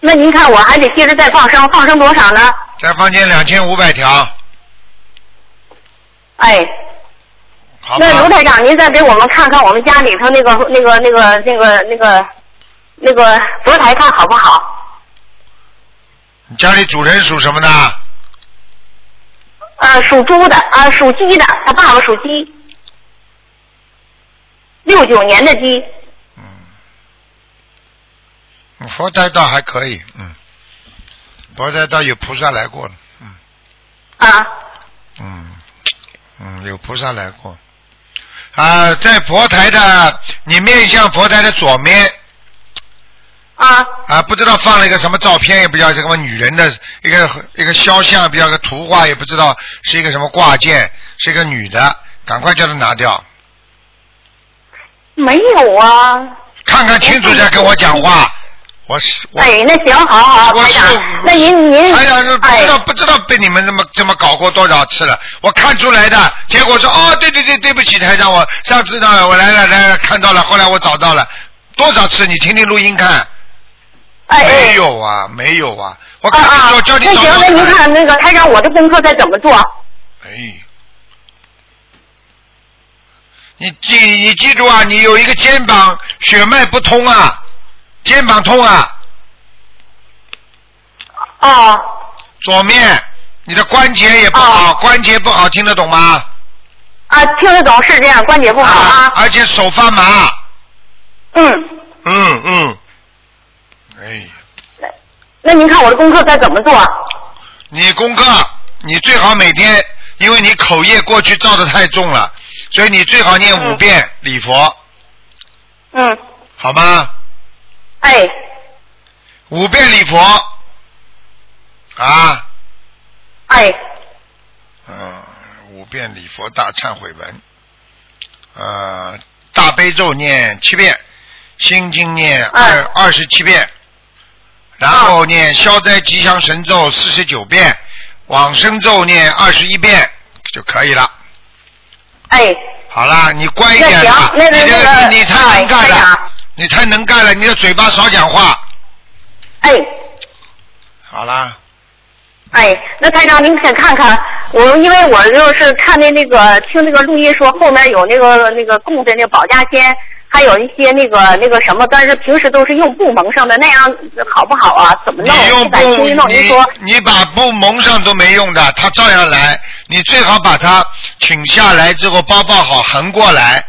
Speaker 7: 那您看我还得接着再放生，放生多少呢？
Speaker 1: 再放间两千五百条，
Speaker 7: 哎，
Speaker 1: 好
Speaker 7: 那
Speaker 1: 吗？
Speaker 7: 卢台长，您再给我们看看我们家里头那个那个那个那个那个那个佛台看好不好？
Speaker 1: 你家里主人属什么的？
Speaker 7: 呃，属猪的，啊、属鸡的，他爸爸属鸡，六九年的鸡。
Speaker 1: 嗯佛台倒还可以，嗯，佛台倒有菩萨来过了，嗯。
Speaker 7: 啊
Speaker 1: 嗯，嗯，有菩萨来过。啊，在佛台的，你面向佛台的左面
Speaker 7: 啊
Speaker 1: 啊，不知道放了一个什么照片，也不知道是什么女人的一个一个肖像，比较个图画，也不知道是一个什么挂件，是一个女的，赶快叫她拿掉，
Speaker 7: 没有啊。
Speaker 1: 看看清楚再跟我讲话。我是我，
Speaker 7: 哎，那行，好好，
Speaker 1: 我
Speaker 7: 台长
Speaker 1: 是，
Speaker 7: 那您您，
Speaker 1: 哎呀，不
Speaker 7: 哎
Speaker 1: 知道不知道被你们这么这么搞过多少次了，我看出来的。结果说哦，对对对，对不起台长，我上次呢我来了来了看到了，后来我找到了多少次，你听听录音看。
Speaker 7: 哎
Speaker 1: 没
Speaker 7: 哎，
Speaker 1: 有啊，没有啊，我
Speaker 7: 啊
Speaker 1: 跟你
Speaker 7: 啊
Speaker 1: 说，叫，你
Speaker 7: 那
Speaker 1: 找到
Speaker 7: 行，那您
Speaker 1: 看。
Speaker 7: 看那个台长，我的功课该怎么做？啊
Speaker 1: 哎，你记你记住啊，你有一个肩膀血脉不通啊，肩膀痛啊，
Speaker 7: 哦
Speaker 1: 左面你的关节也不好，关节不好，听得懂吗？
Speaker 7: 啊，听得懂是这样，关节不好啊。
Speaker 1: 而且手发麻。
Speaker 7: 嗯，
Speaker 1: 嗯嗯。哎，
Speaker 7: 那您看我的功课该怎么做？
Speaker 1: 你功课你最好每天，因为你口业过去造的太重了，所以你最好念五遍礼佛，
Speaker 7: 嗯，
Speaker 1: 好吗？
Speaker 7: 哎，
Speaker 1: 五遍礼佛。啊，
Speaker 7: 哎，
Speaker 1: 嗯，五遍礼佛大忏悔文，呃，大悲咒念七遍，心经念
Speaker 7: 啊
Speaker 1: 二二十七遍，然后念消灾吉祥神咒四十九遍，往生咒念二十一遍就可以了。
Speaker 7: 哎，
Speaker 1: 好啦，你乖一
Speaker 7: 那
Speaker 1: 点
Speaker 7: 行
Speaker 1: 啦，，
Speaker 7: 那个
Speaker 1: 你这
Speaker 7: 那个，
Speaker 1: 你你太
Speaker 7: 哎
Speaker 1: 能干
Speaker 7: 台
Speaker 1: 了，
Speaker 7: 长，
Speaker 1: 你太能干了，你的嘴巴少讲话。
Speaker 7: 哎，
Speaker 1: 好啦，
Speaker 7: 哎，那台长您先看看，我因为我就是看那那个听那个录音说后面有那个那个供的那个保家仙，还有一些那个那个什么，但是平时都是用布蒙上的，那样好不好啊？怎么
Speaker 1: 你
Speaker 7: 弄？
Speaker 1: 用
Speaker 7: 不敢
Speaker 1: 布
Speaker 7: 轻易弄，您
Speaker 1: 你
Speaker 7: 说，
Speaker 1: 你把布蒙上都没用的，他照样来。你最好把它请下来之后包包好横过来，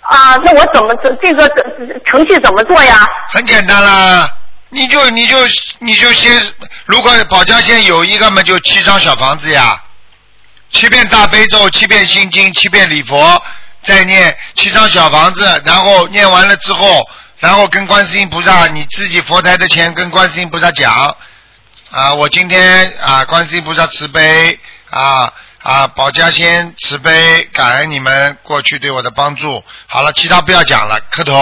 Speaker 7: 啊，那我怎么这这个呃程序怎么做呀？
Speaker 1: 很简单啦，你就你就你就先，如果保家仙有一个嘛，就七张小房子呀，七遍大悲咒，七遍心经，七遍礼佛，再念七张小房子，然后念完了之后，然后跟观世音菩萨，你自己佛台的钱跟观世音菩萨讲，啊，我今天啊，观世音菩萨慈悲啊。啊，保家仙慈悲，感恩你们过去对我的帮助。好了，其他不要讲了，磕头，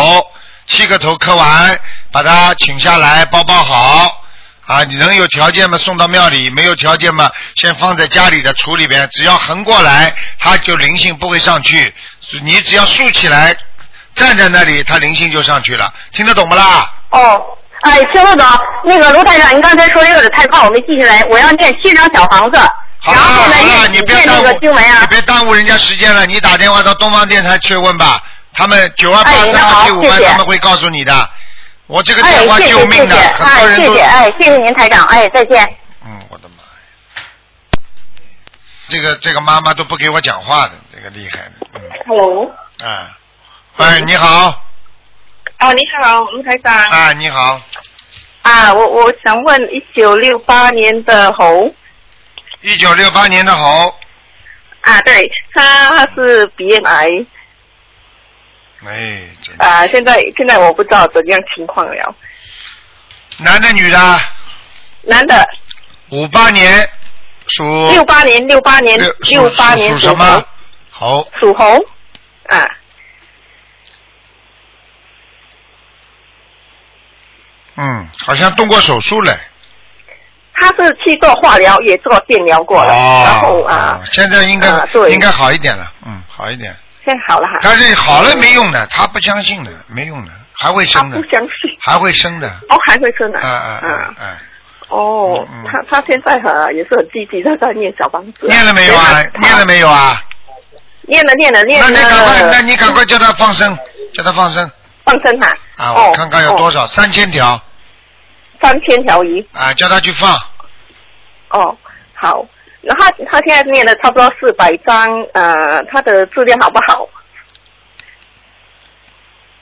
Speaker 1: 七个头磕完，把他请下来，包包好。啊，你能有条件嘛送到庙里，没有条件嘛先放在家里的橱里边，只要横过来，它就灵性不会上去。你只要竖起来，站在那里，它灵性就上去了。听得懂不啦？
Speaker 7: 哦，哎，听得懂。那个卢台长，您刚才说这个太快，我没记下来。我要念七张小房子，
Speaker 1: 好
Speaker 7: 然
Speaker 1: 了
Speaker 7: 后呢
Speaker 1: 好了，
Speaker 7: 念
Speaker 1: 你
Speaker 7: 几
Speaker 1: 别
Speaker 7: 遍
Speaker 1: 耽
Speaker 7: 那
Speaker 1: 误
Speaker 7: 个经文
Speaker 1: 你
Speaker 7: 啊。
Speaker 1: 别耽误人家时间了。你打电话到东方电台去问吧，他们九二八
Speaker 7: 哎那
Speaker 1: 三
Speaker 7: 好
Speaker 1: 二七五班
Speaker 7: 谢谢
Speaker 1: 他们会告诉你的。我这个
Speaker 7: 哎
Speaker 1: 电，话
Speaker 7: 谢谢
Speaker 1: 救
Speaker 7: 谢
Speaker 1: 命
Speaker 7: 谢，
Speaker 1: 的，很多
Speaker 7: 哎，
Speaker 1: 人
Speaker 7: 谢
Speaker 1: 都
Speaker 7: 谢，哎，谢谢您台长，哎，再见。
Speaker 1: 嗯，我的妈呀！这个这个妈妈都不给我讲话的，这个厉害的，嗯
Speaker 8: Hello，
Speaker 1: 啊，喂，你好，
Speaker 3: 哦，你好，吴台长。
Speaker 1: 啊，你好，
Speaker 3: 啊，我我想问，一九六八年的猴
Speaker 1: 一九六八年的猴，
Speaker 3: 啊，对，他他是鼻咽癌
Speaker 1: 哎，真的，
Speaker 3: 啊，现在现在我不知道怎样情况了。
Speaker 1: 男的女的，
Speaker 3: 男的，
Speaker 1: 五八年属
Speaker 3: 六八年，六八年，
Speaker 1: 哦属
Speaker 3: 六八年
Speaker 1: 属
Speaker 3: 属
Speaker 1: 什
Speaker 3: 猴
Speaker 1: 么，？猴，
Speaker 3: 属猴啊，
Speaker 1: 嗯，好像动过手术了，
Speaker 3: 他是去做化疗，也做电疗过了，
Speaker 1: 哦
Speaker 3: 然后
Speaker 1: 哦，
Speaker 3: 啊
Speaker 1: 现在应该、
Speaker 3: 啊对
Speaker 1: 应该好一点了，嗯，好一点，
Speaker 3: 现在好了哈。
Speaker 1: 但是好了没用的，他不相信的，没用的，还会
Speaker 3: 他
Speaker 1: 生的
Speaker 3: 不，相信，
Speaker 1: 还会生的，
Speaker 3: 哦，还会生呢。
Speaker 1: 啊啊啊
Speaker 3: 啊，
Speaker 1: 啊！
Speaker 3: 哦
Speaker 1: 嗯嗯，
Speaker 3: 他他现在很也是很积极的在念小房子。
Speaker 1: 念了没有啊
Speaker 3: 对他？他
Speaker 1: 念了没有啊？
Speaker 3: 念了念了念
Speaker 1: 那
Speaker 3: 了。
Speaker 1: 你赶快，那你赶快叫他放生，叫他放生
Speaker 3: 放生哈。
Speaker 1: 啊！
Speaker 3: 哦
Speaker 1: 我看看有多少，三千条
Speaker 3: 三千条鱼
Speaker 1: 啊，叫他去放。
Speaker 3: 哦，好。然后他他现在念了差不多四百张，呃，他的质量好不好？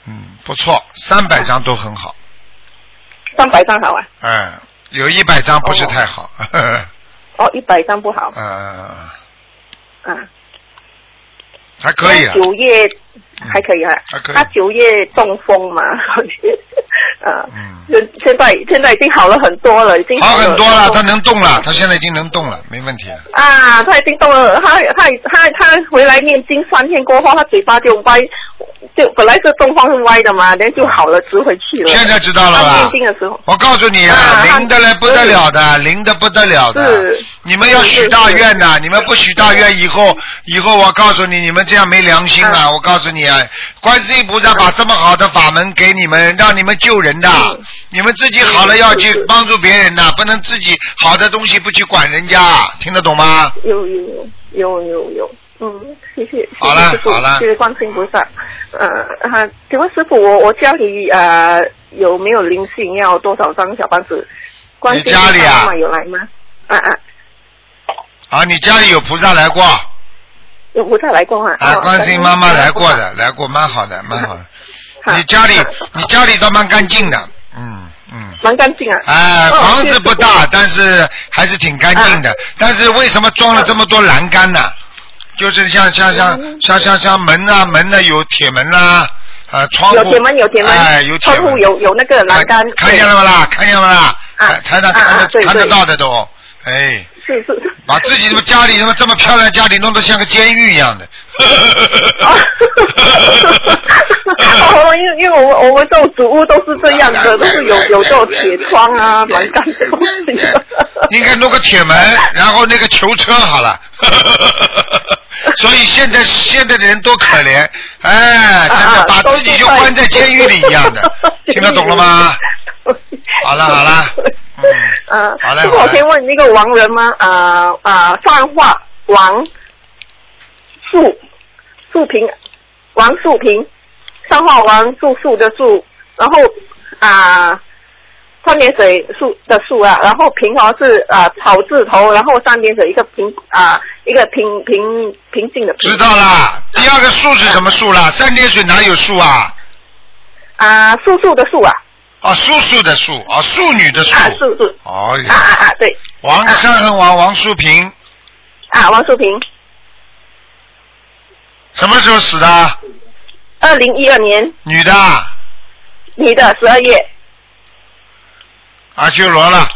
Speaker 1: 嗯，不错，三百张都很好，
Speaker 3: 三百张好啊？
Speaker 1: 嗯，有一百张不是太好， 嗯
Speaker 3: 哦，一百张不好
Speaker 1: 嗯嗯，
Speaker 3: 啊。
Speaker 1: 还可以
Speaker 3: 他
Speaker 1: 了，
Speaker 3: 九月
Speaker 1: 嗯
Speaker 3: 还可以啊
Speaker 1: 还可以，
Speaker 3: 他九月中风嘛， 所以呃，
Speaker 1: 嗯，
Speaker 3: 现现在现在已经好了很多了，已经
Speaker 1: 好很多了，他
Speaker 3: 他
Speaker 1: 能动了，他现在已经能动了，没问题了。
Speaker 3: 啊，他已经动了，他他他他回来念经三天过后，他嘴巴就歪，就本来是东方是歪的嘛，然后就好了，直回去了。
Speaker 1: 现在知道了
Speaker 3: 他
Speaker 1: 吧
Speaker 3: 念？经的时候，
Speaker 1: 我告诉你啊，
Speaker 3: 啊
Speaker 1: 灵的嘞不得了的，灵的不得了的
Speaker 3: 是。
Speaker 1: 你们要许大愿呐、你们不许大愿，以后以后我告诉你，你们这样没良心啊！我告诉你啊，观世音菩萨把这么好的法门给你们，让你们救人的，你们自己好了要去帮助别人呐，不能自己好的东西不去管人家，听得懂吗？
Speaker 3: 有有有有有，嗯，谢谢，谢
Speaker 1: 好了
Speaker 3: 谢师傅
Speaker 1: 好了，
Speaker 3: 谢谢观世音菩萨。呃，啊，请问师傅，我我家里呃有没有灵性？要多少张小房子？观世音菩萨
Speaker 1: 你家里啊
Speaker 3: 妈妈有来吗？啊啊，
Speaker 1: 啊，你家里有菩萨来过啊？
Speaker 3: 有菩萨来过吗？哦
Speaker 1: 观世音啊妈妈来过。的，来过，蛮好的，蛮好的。
Speaker 3: 好
Speaker 1: 你家里
Speaker 3: 好
Speaker 1: 你家里倒蛮干净的，嗯嗯。
Speaker 3: 蛮干净啊。
Speaker 1: 哎，
Speaker 3: 哦
Speaker 1: 房
Speaker 3: 谢
Speaker 1: 子
Speaker 3: 谢啊
Speaker 1: 不大，但是还是挺干净的。但是为什么装了这么多栏杆呢？就是像像像
Speaker 3: 嗯
Speaker 1: 像像像门啊门呢、有铁门啦、啊，窗户
Speaker 3: 有铁门，有铁门，
Speaker 1: 哎，有铁
Speaker 3: 窗
Speaker 1: 门
Speaker 3: 户有有那个栏杆
Speaker 1: 哎，看见了
Speaker 3: 吗？
Speaker 1: 不啦？看见了不啦？
Speaker 3: 啊
Speaker 1: 哎台长
Speaker 3: 啊啊
Speaker 1: 看得
Speaker 3: 对
Speaker 1: 看得
Speaker 3: 对
Speaker 1: 到的都，哎，
Speaker 3: 是 是 是。
Speaker 1: 把自己他妈家里他妈这么漂亮，家里弄得像个监狱一样的。
Speaker 3: 哦，因为因为我们我们这种主屋都是这样的，都是有有这种铁窗啊，栏杆这种东西的。
Speaker 1: 应该弄个铁门， 然后那个囚车好了。 所以现在现在的人多可怜，哎，真的
Speaker 3: 啊
Speaker 1: 把自己就关在监狱里一样
Speaker 9: 啊
Speaker 1: 的，听得懂了 吗？？
Speaker 3: 都是
Speaker 1: 好了 好了嗯
Speaker 3: 嗯，
Speaker 1: 好嘞
Speaker 3: 啊师傅，
Speaker 1: 好
Speaker 3: 我
Speaker 1: 嘞
Speaker 3: 可以问那个王人吗？啊啊，上画王树树平，王树平，上画王住树的树，然后啊，三点水树的树啊，然后平哦是啊草字头，然后三点水一个平啊一个平平平静的平
Speaker 1: 知。道啦。第二个树是什么树啦？三点水哪有树啊？
Speaker 9: 啊，素素的素啊，
Speaker 1: 啊，素素的素，啊，素女的素。
Speaker 9: 啊，素素，
Speaker 1: 哦
Speaker 9: 啊
Speaker 1: 呀，
Speaker 9: 啊啊，对，
Speaker 1: 王山和王王淑平
Speaker 9: 啊，王素平，
Speaker 1: 什么时候死的？
Speaker 9: 二零一二年
Speaker 1: 女的，
Speaker 9: 女的，十二月，
Speaker 1: 阿修罗了，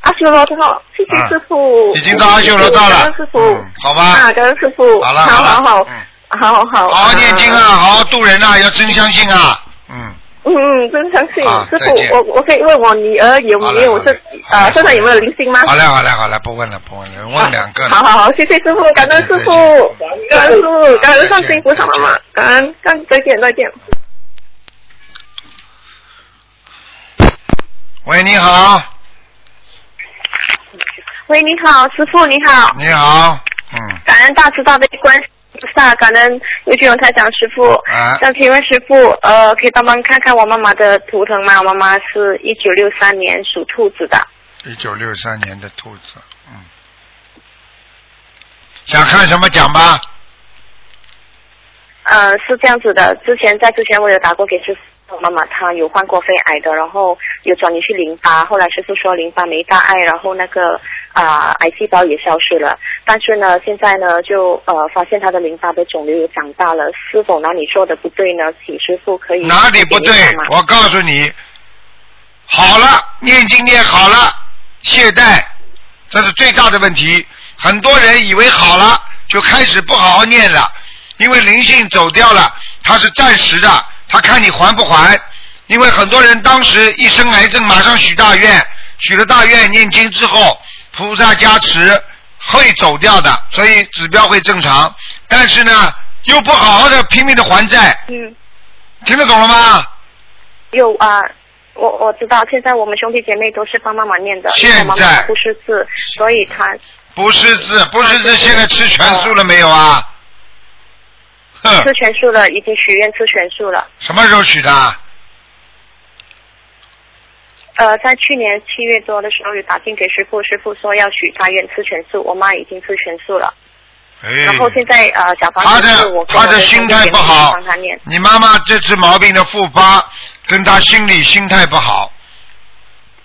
Speaker 9: 阿修罗道，谢谢
Speaker 1: 嗯
Speaker 9: 师傅，
Speaker 1: 已经到阿修罗道
Speaker 9: 感
Speaker 1: 了
Speaker 9: 恩师。傅，
Speaker 1: 嗯，好吧
Speaker 9: 啊，，感恩师傅，
Speaker 1: 好了
Speaker 9: 好
Speaker 1: 了，
Speaker 9: 好
Speaker 1: 嗯，
Speaker 9: 好好好，
Speaker 1: 好好念经啊，好好度人呐，要真相信啊，嗯，
Speaker 9: 嗯嗯，真相信
Speaker 1: 啊
Speaker 9: 师
Speaker 1: 再见
Speaker 9: 傅，我我可以问我女儿有
Speaker 1: 好
Speaker 9: 没
Speaker 1: 嘞
Speaker 9: 有
Speaker 1: 好
Speaker 9: 身
Speaker 1: 嘞好嘞
Speaker 9: 啊身上有没有灵性吗？
Speaker 1: 好嘞，嗯好嘞，好嘞，不问了，不问了，问两个
Speaker 9: 好
Speaker 1: 了。
Speaker 9: 好好，谢谢师傅，感恩师傅，感恩师傅，感恩上幸菩萨妈妈，感恩，感恩再见再见。
Speaker 1: 喂，你好，
Speaker 9: 喂，你好，师傅你好，
Speaker 1: 你好，嗯，
Speaker 9: 感恩大慈大悲观世音菩萨，感恩刘俊荣台长师傅。
Speaker 1: 啊，
Speaker 9: 想请问师傅，呃，可以帮忙看看我妈妈的图腾吗？我妈妈是一九六三年属兔子的，
Speaker 1: 一九六三年的兔子，嗯，想看什么讲吧？
Speaker 9: 呃，是这样子的，之前在之前我有打过给师傅，我妈妈她有患过肺癌的，然后有转移去淋巴，后来师傅说淋巴没大碍，然后那个啊、癌细胞也消失了，但是呢，现在呢就呃发现她的淋巴的肿瘤也长大了，是否哪里做的不对呢？请师傅可以
Speaker 1: 哪里不对
Speaker 9: 指点一下吗？
Speaker 1: 我告诉你，好了，念经念好了，懈怠，这是最大的问题。很多人以为好了，就开始不好好念了，因为灵性走掉了，它是暂时的，他看你还不还。因为很多人当时一生癌症，马上许大愿，许了大愿念经之后，菩萨加持会走掉的，所以指标会正常。但是呢，又不好好的拼命的还债，
Speaker 9: 嗯，
Speaker 1: 听得懂了吗？
Speaker 9: 有啊。我我知道，现在我们兄弟姐妹都是帮妈妈念的，因为我妈
Speaker 1: 现在
Speaker 9: 妈不识字，所以她
Speaker 1: 不识
Speaker 9: 啊
Speaker 1: 字，不识字，现在吃全素了没有啊？哼
Speaker 9: 吃，全素了，已经许愿吃全素了。
Speaker 1: 什么时候许的？
Speaker 9: 呃，在去年七月多的时候有打进给师傅，师傅说要许他愿吃全素，我妈已经吃全素了。
Speaker 1: 哎，
Speaker 9: 然后现在呃，小房
Speaker 1: 他
Speaker 9: 子是
Speaker 1: 的
Speaker 9: 我跟
Speaker 1: 他
Speaker 9: 我
Speaker 1: 的心
Speaker 9: 兄弟
Speaker 1: 态
Speaker 9: 姐妹
Speaker 1: 不好
Speaker 9: 帮他念，
Speaker 1: 你妈妈这次毛病的复发，跟她心理心态不好。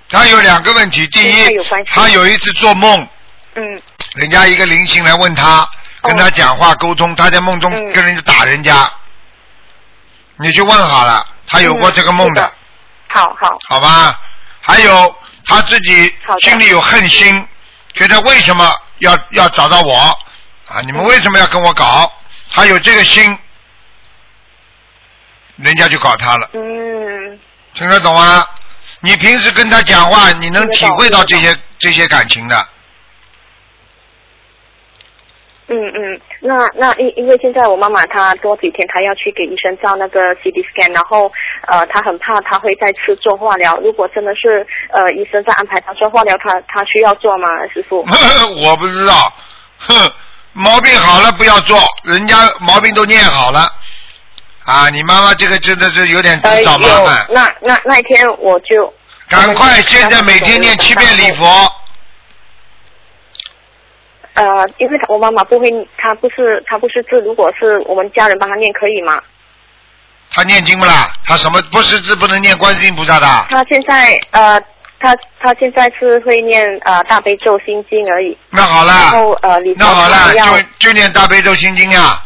Speaker 1: 她有两个问题，第
Speaker 9: 心态
Speaker 1: 一
Speaker 9: 有关，系
Speaker 1: 她有一次做梦，
Speaker 9: 嗯
Speaker 1: 人家一个灵性来问他，
Speaker 9: 哦
Speaker 1: 跟他讲话沟通，他在梦中
Speaker 9: 嗯
Speaker 1: 跟人家打人家，你去问好了，他有过这个梦
Speaker 9: 嗯是的好好
Speaker 1: 好吧？还有他自己
Speaker 9: 好的
Speaker 1: 心里有恨心，觉得为什么要要找到我啊？你们为什么要跟我搞？他有这个心，人家就搞他了，
Speaker 9: 嗯
Speaker 1: 听得懂吗？你平时跟他讲话，你能体
Speaker 9: 听得懂
Speaker 1: 会到这些这些感情的。
Speaker 9: 嗯嗯，那那因因为现在我妈妈她多几天她要去给医生照那个 CT scan，然后呃她很怕她会再次做化疗，如果真的是呃医生在安排她做化疗，她她需要做吗，师傅？
Speaker 1: 我不知道，哼，毛病好了不要做，人家毛病都念好了，啊，你妈妈这个真的是有点
Speaker 9: 呃
Speaker 1: 自找麻
Speaker 9: 有
Speaker 1: 烦，
Speaker 9: 那那那一天我就
Speaker 1: 赶快现在每天念七遍礼佛，
Speaker 9: 呃，因为我妈妈不会，她不是她不是字，如果是我们家人帮她念可以吗？
Speaker 1: 她念经不啦？她什么不识字不能念观世音菩萨的？
Speaker 9: 她现在呃，她她现在是会念呃大悲咒心经而已，
Speaker 1: 那好
Speaker 9: 然
Speaker 1: 了，
Speaker 9: 后呃礼佛
Speaker 1: 那好了
Speaker 9: 她，要
Speaker 1: 就就念大悲咒心经呀，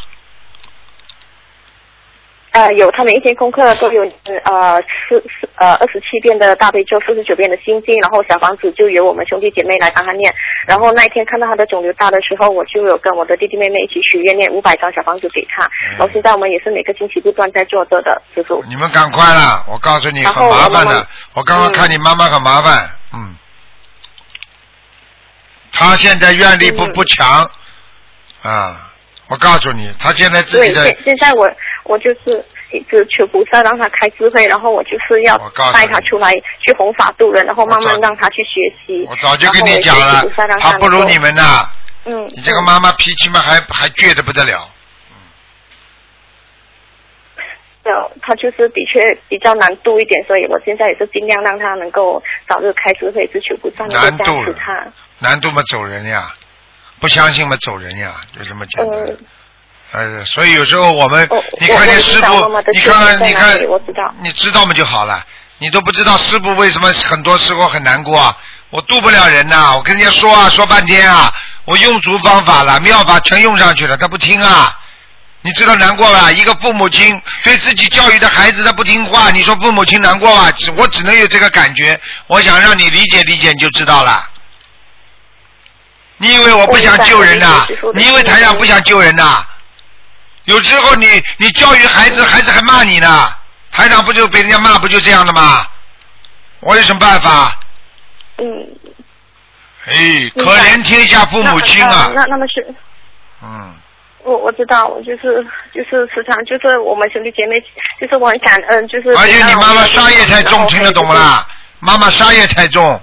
Speaker 9: 呃有他们一天功课都有呃四四呃二十七遍的大悲咒，四十九遍的心经，然后小房子就由我们兄弟姐妹来帮她念。然后那一天看到她的肿瘤大的时候，我就有跟我的弟弟妹妹一起许愿念五百张小房子给她。然后现在我们也是每个星期不断在做这的，师傅。
Speaker 1: 你们赶快啦！我告诉你
Speaker 9: 然
Speaker 1: 很
Speaker 9: 后
Speaker 1: 麻
Speaker 9: 我妈
Speaker 1: 烦
Speaker 9: 妈
Speaker 1: 的，我刚刚看你妈妈很麻烦，嗯，她现在愿力不
Speaker 9: 嗯
Speaker 1: 不强，啊，我告诉你，她现在自己
Speaker 9: 对，
Speaker 1: 的
Speaker 9: 现现在我我就是一直求菩萨让他开智慧，然后我就是要
Speaker 1: 我告诉你
Speaker 9: 带他出来去弘法度人，然后慢慢让他去学习。
Speaker 1: 我早就跟你讲
Speaker 9: 然
Speaker 1: 了
Speaker 9: 后我也求菩萨让，
Speaker 1: 她
Speaker 9: 他
Speaker 1: 不如你们呐、
Speaker 9: 能够。嗯，
Speaker 1: 你这个妈妈脾气嘛，还还倔得不得了。
Speaker 9: 嗯，他就是的确比较难度一点，所以我现在也是尽量让他能够早日开智慧，只求菩萨能
Speaker 1: 难
Speaker 9: 够加
Speaker 1: 度
Speaker 9: 持
Speaker 1: 了
Speaker 9: 他。
Speaker 1: 难度嘛，走人呀，不相信嘛，走人呀，就这么简单。
Speaker 9: 嗯
Speaker 1: 呃，所以有时候我们
Speaker 9: 哦我，
Speaker 1: 你看见师
Speaker 9: 我我知道
Speaker 1: 傅
Speaker 9: 我的，
Speaker 1: 你看看
Speaker 9: 缺点在
Speaker 1: 你
Speaker 9: 哪
Speaker 1: 看
Speaker 9: 里我知道，
Speaker 1: 你知道吗就好了。你都不知道师傅为什么很多时候很难过啊，我渡不了人呐、我跟人家说啊说半天啊，我用足方法了，妙法全用上去了，他不听啊。你知道难过吧？一个父母亲对自己教育的孩子他不听话，你说父母亲难过吧？只我只能有这个感觉，我想让你理解理解你就知道了。你以为我不想救人呐、
Speaker 9: 我明白我明白师傅的
Speaker 1: 你以为台长不想救人呐、有时候你你教育孩子，孩子还骂你呢，台长不就被人家骂不就这样的吗？我有什么办法？
Speaker 9: 嗯，
Speaker 1: 哎，
Speaker 9: 明白
Speaker 1: 可怜天下父母亲啊
Speaker 9: 那！那那么是
Speaker 1: 嗯，
Speaker 9: 我我知道，我就是就是时常就是我们兄弟姐妹，就是我很感恩，就是
Speaker 1: 而且哎你妈妈杀业太重，听得懂不？啦？妈妈杀业太重。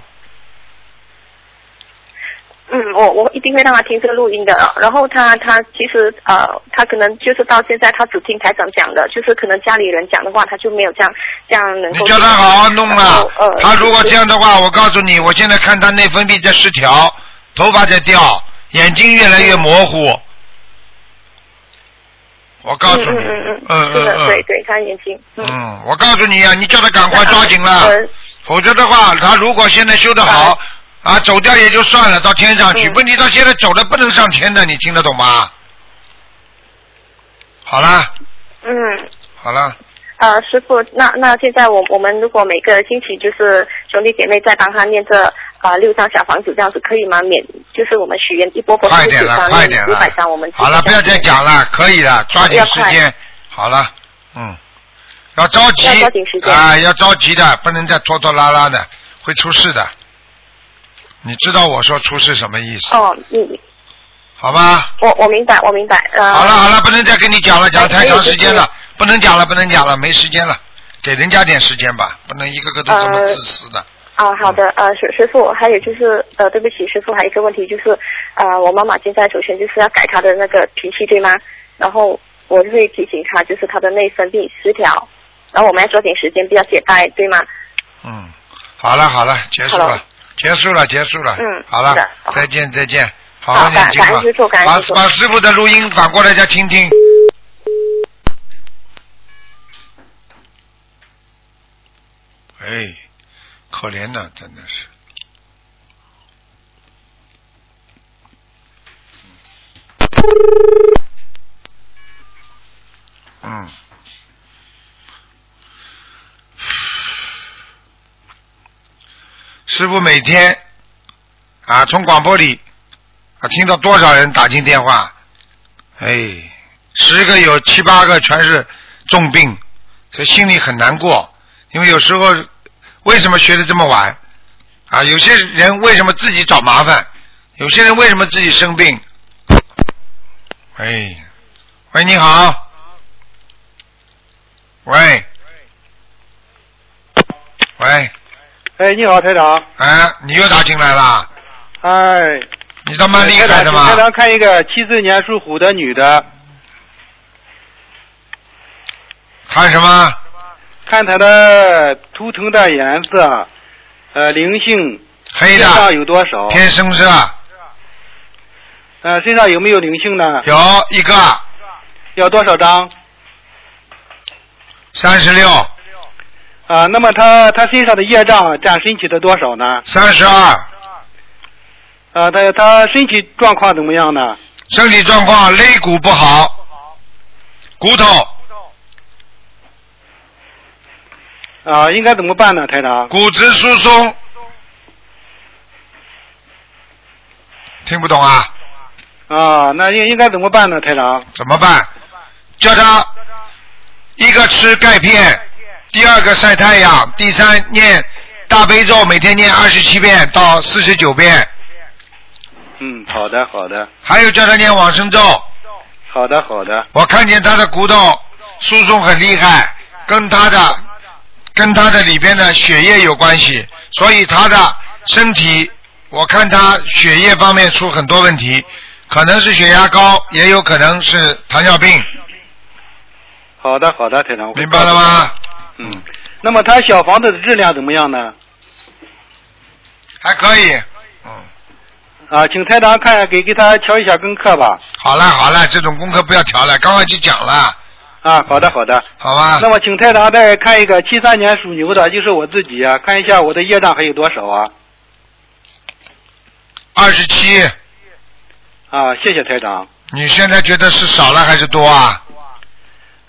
Speaker 9: 嗯，我我一定会让他听这个录音的。然后他他其实呃，他可能就是到现在他只听台长讲的，就是可能家里人讲的话，他就没有这样这样能
Speaker 1: 你
Speaker 9: 够。
Speaker 1: 叫他好好弄
Speaker 9: 然
Speaker 1: 啊
Speaker 9: 后！呃，
Speaker 1: 他如果这样的话，我告诉你，我现在看他内分泌在失调，头发在掉，眼睛越来越模糊。我告诉你，
Speaker 9: 嗯嗯嗯
Speaker 1: 嗯
Speaker 9: 是的，
Speaker 1: 嗯
Speaker 9: 对对，他眼睛，嗯，
Speaker 1: 嗯，我告诉你啊，你叫他赶快抓紧
Speaker 9: 那
Speaker 1: 了
Speaker 9: 呃，
Speaker 1: 否则的话，他如果现在修得好，啊，走掉也就算了，到天上去。
Speaker 9: 嗯
Speaker 1: 问题他现在走的不能上天的，你听得懂吗？好啦，
Speaker 9: 嗯。
Speaker 1: 好啦，
Speaker 9: 呃，师傅，那那现在我我们如果每个星期就是兄弟姐妹再帮他念这呃六张小房子这样子可以吗？免就是我们许愿一波波
Speaker 1: 快点了，快点
Speaker 9: 五
Speaker 1: 了
Speaker 9: 百张我们，
Speaker 1: 好了，不要再讲了，可以了，抓紧
Speaker 9: 要
Speaker 1: 时
Speaker 9: 快
Speaker 1: 间，好了，嗯，要着急，
Speaker 9: 要抓紧时间
Speaker 1: 啊，要着急的，不能再拖拖拉拉的，会出事的。你知道我说出事什么意思，
Speaker 9: 哦，嗯，
Speaker 1: 好吧？
Speaker 9: 我我明白，我明白。呃，
Speaker 1: 好了好了，不能再跟你讲了，讲太长时间
Speaker 9: 哎
Speaker 1: 了，不能讲了，不能讲了，没时间了，给人家点时间吧，不能一个个都这么
Speaker 9: 呃
Speaker 1: 自私的。
Speaker 9: 啊，好的，呃，师师傅，还有就是，呃，对不起，师傅，还有一个问题就是，呃，我妈妈现在首先就是要改她的那个脾气，对吗？然后我会提醒她，就是她的内分泌失调，然后我们要抓紧时间，不要懈怠，对吗？
Speaker 1: 嗯，好了好了，结束
Speaker 9: 呃好
Speaker 1: 了
Speaker 9: 了，
Speaker 1: 结束了，结束了。
Speaker 9: 嗯
Speaker 1: 好了
Speaker 9: 是的，好
Speaker 1: 再见再见，好
Speaker 9: 好
Speaker 1: 好念
Speaker 9: 感
Speaker 1: 经
Speaker 9: 感
Speaker 1: 吧
Speaker 9: 恩师父感。恩
Speaker 1: 把
Speaker 9: 师父
Speaker 1: 把师傅的录音反过来再听听。哎，可怜呐，真的是。嗯。师傅每天啊，从广播里啊听到多少人打进电话？哎，十个有七八个全是重病，所以心里很难过。因为有时候为什么学的这么晚啊？有些人为什么自己找麻烦？有些人为什么自己生病？哎，喂，你好，喂，喂，
Speaker 4: 哎，你好，台长。
Speaker 1: 哎，你又打进来了。
Speaker 4: 哎，
Speaker 1: 你倒蛮厉害的嘛
Speaker 4: 台！长看一个七四年属虎的女的，
Speaker 1: 看什么？
Speaker 4: 看她的图腾的颜色，呃，灵性
Speaker 1: 黑
Speaker 4: 身上
Speaker 1: 的，
Speaker 4: 有多少？
Speaker 1: 偏深色，
Speaker 4: 呃，身上有没有灵性呢？
Speaker 1: 有一个
Speaker 4: 要多少张？
Speaker 1: 三十六、
Speaker 4: 啊、那么她她身上的业障占身体的多少呢？
Speaker 1: 三十二，
Speaker 4: 啊、她她身体状况怎么样呢？
Speaker 1: 身体状况肋骨不好，骨头
Speaker 4: 啊、应该怎么办呢，台长？
Speaker 1: 骨质疏松，听不懂啊？
Speaker 4: 啊、那应应该怎么办呢，台长？
Speaker 1: 怎么办？叫他一个吃钙片，第二个晒太阳，第三念大悲咒，每天念二十七遍到四十九遍，
Speaker 4: 嗯，好的，好的，
Speaker 1: 还有叫他念往生咒。
Speaker 4: 好的，好的，
Speaker 1: 我看见他的骨头疏松很厉害，跟他的跟他的里边的血液有关系，所以他的身体，我看他血液方面出很多问题，可能是血压高，也有可能是糖尿病，
Speaker 4: 好的，好的，台长。我会
Speaker 1: 明白了吗？
Speaker 4: 嗯，那么他小房子的质量怎么样呢？
Speaker 1: 还可以，嗯，
Speaker 4: 啊，请台长看给给他调一下功课吧。
Speaker 1: 好了好了，这种功课不要调了，刚刚就讲了，
Speaker 4: 啊，好的好的。
Speaker 1: 好吧
Speaker 4: 那？么请台长再看一个七三年属牛的，就是我自己啊，看一下我的业障还有多少啊？
Speaker 1: 二十七，
Speaker 4: 啊，谢谢台长。
Speaker 1: 你现在觉得是少了还是多啊？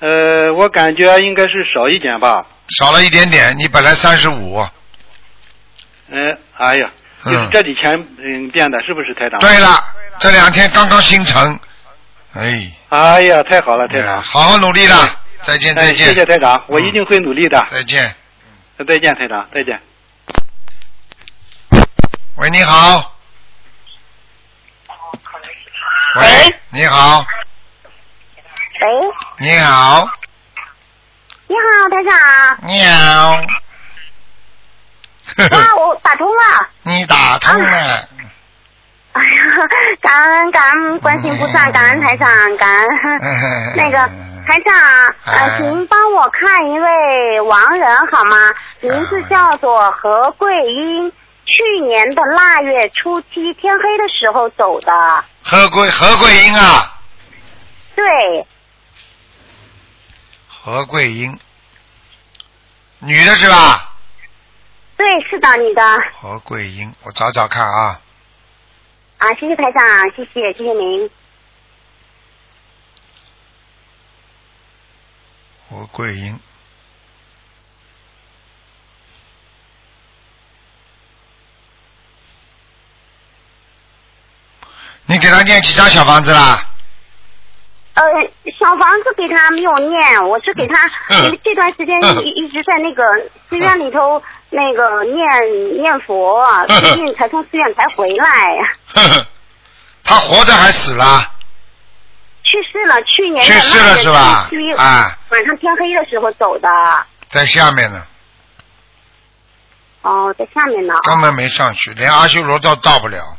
Speaker 4: 呃，我感觉应该是少一点吧。
Speaker 1: 少了一点点，你本来三十五。
Speaker 4: 嗯，哎呀，
Speaker 1: 嗯
Speaker 4: 就是这几天嗯变的，是不是台长？
Speaker 1: 对。了，这两天刚刚形成，哎，
Speaker 4: 哎呀，太好了，台长。
Speaker 1: 好好努力啦，再见再
Speaker 4: 哎，
Speaker 1: 见，
Speaker 4: 谢谢台长，我
Speaker 1: 嗯
Speaker 4: 一定会努力的。嗯
Speaker 1: 再见。
Speaker 4: 再见，台长，再见。
Speaker 1: 喂，你好。喂，你好，
Speaker 10: 喂，
Speaker 1: 你好，，
Speaker 10: 你好，台长
Speaker 1: 你好。呵呵
Speaker 10: 哇，我打通了。
Speaker 1: 你打通了，
Speaker 10: 哎呀，感恩感恩观世音菩萨，感恩台长，感恩那个台长，
Speaker 1: 哎
Speaker 10: 呃，您帮我看一位亡人好吗？名字叫做何桂英，去年的腊月初七天黑的时候走的。
Speaker 1: 何桂何桂英啊，
Speaker 10: 对，
Speaker 1: 何桂英，女的是吧？
Speaker 10: 对，是的，你的
Speaker 1: 何桂英，我找找看啊，
Speaker 10: 啊，谢谢台长，谢谢谢谢您。
Speaker 1: 何桂英。你给他念几张小房子啦？
Speaker 10: 呃，小房子给他没有念，我是给他、
Speaker 1: 嗯
Speaker 10: 这段时间
Speaker 1: 嗯
Speaker 10: 一一直在那个寺院里头那个念念佛，
Speaker 1: 嗯
Speaker 10: 最近才从寺院才回来，
Speaker 1: 呵呵，他活着还死了？
Speaker 10: 去世了，去年
Speaker 1: 去
Speaker 10: 的
Speaker 1: 世
Speaker 10: 腊
Speaker 1: 了
Speaker 10: 月
Speaker 1: 是吧
Speaker 10: 初七？
Speaker 1: 啊，
Speaker 10: 晚上天黑的时候走的，
Speaker 1: 在下面呢，
Speaker 10: 哦，在下面呢，
Speaker 1: 根本没上去，连阿修罗道到不了。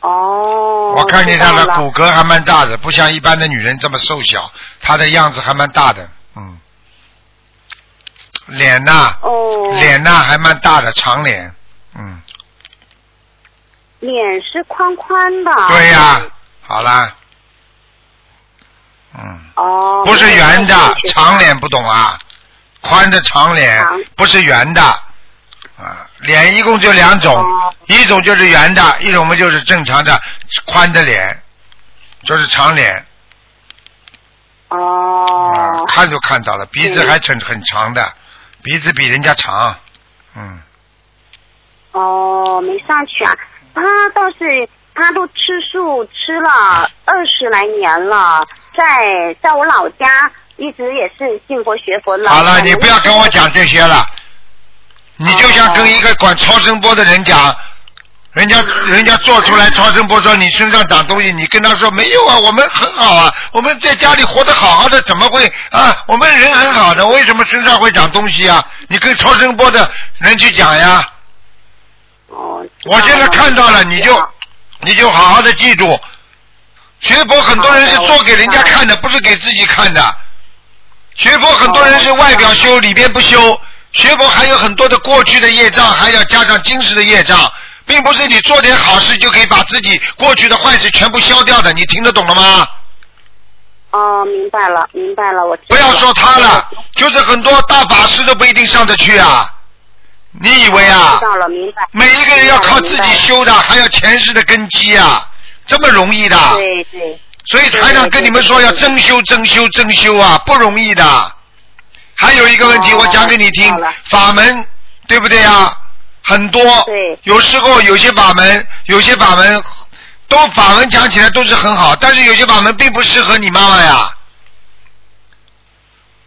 Speaker 10: 哦，
Speaker 1: 我看见
Speaker 10: 知道
Speaker 1: 她的
Speaker 10: 了
Speaker 1: 骨骼还蛮大的，不像一般的女人这么瘦小，她的样子还蛮大的，嗯，脸呐、
Speaker 10: 哦，
Speaker 1: 脸呐、还蛮大的，长脸，嗯，
Speaker 10: 脸是宽宽的，
Speaker 1: 对呀、好啦，嗯，
Speaker 10: 哦，
Speaker 1: 不是圆的
Speaker 10: 那，
Speaker 1: 长脸不懂啊，宽的长脸
Speaker 10: 长
Speaker 1: 不是圆的，啊，脸一共就两种，
Speaker 10: 哦
Speaker 1: 一种就是圆的，一种嘛就是正常的宽的脸，就是长脸。啊
Speaker 10: 哦，，
Speaker 1: 看就看到了，鼻子还很很长的，鼻子比人家长，嗯，
Speaker 10: 哦，没上去啊。他倒是他都吃素吃了二十来年了，在在我老家一直也是信佛学佛了。
Speaker 1: 好了，你不要跟我讲这些了，你就像跟一个管超声波的人讲，人家人家做出来超声波说你身上长东西，你跟他说没有啊，我们很好啊，我们在家里活得好好的，怎么会啊？我们人很好的，为什么身上会长东西啊？你跟超声波的人去讲呀，
Speaker 10: 哦，
Speaker 1: 我现在看到了，你就你就好好的记住，学佛很多人是做给人家看的，不是给自己看的。学佛很多人是外表修，里边不修。学佛还有很多的过去的业障，还要加上今世的业障，并不是你做点好事就可以把自己过去的坏事全部消掉的。你听得懂了吗？
Speaker 10: 哦，明白了，明白了，我知
Speaker 1: 不
Speaker 10: 道
Speaker 1: 要说他了，就是很多大法师都不一定上得去啊。你以为啊？
Speaker 10: 知道了，明白。
Speaker 1: 每一个人要靠自己修的，还要前世的根基啊，这么容易的？
Speaker 10: 对对，
Speaker 1: 所以台长跟你们说要真修真修真修啊，不容易的。还有一个问题，
Speaker 10: 哦
Speaker 1: 我讲给你听
Speaker 10: 好了，
Speaker 1: 法门对不对啊？很多
Speaker 10: 对，
Speaker 1: 有时候有些法门，有些法门都法门讲起来都是很好，但是有些法门并不适合你妈妈呀。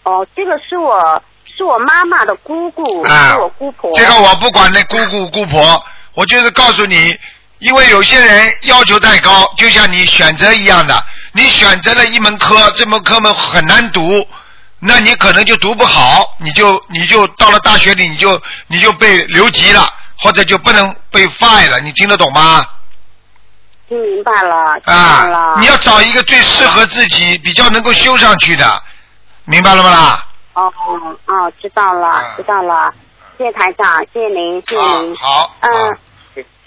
Speaker 10: 哦，这个是我是我妈妈的姑姑，
Speaker 1: 啊
Speaker 10: 是我姑婆。
Speaker 1: 这个我不管那姑姑姑婆，我就是告诉你，因为有些人要求太高，就像你选择一样的，你选择了一门科，这门科门很难读，那你可能就读不好，你就你就到了大学里，你就你就被留级了，或者就不能被 fire 了，你听得懂吗？
Speaker 10: 听明白了，知道了。
Speaker 1: 啊，你要找一个最适合自己、比较能够修上去的，明白了吗啦？
Speaker 10: 哦哦，知道了，知道了，谢谢台长，谢谢您，谢谢
Speaker 1: 嗯啊
Speaker 10: 您，。
Speaker 1: 好，
Speaker 10: 嗯
Speaker 1: 啊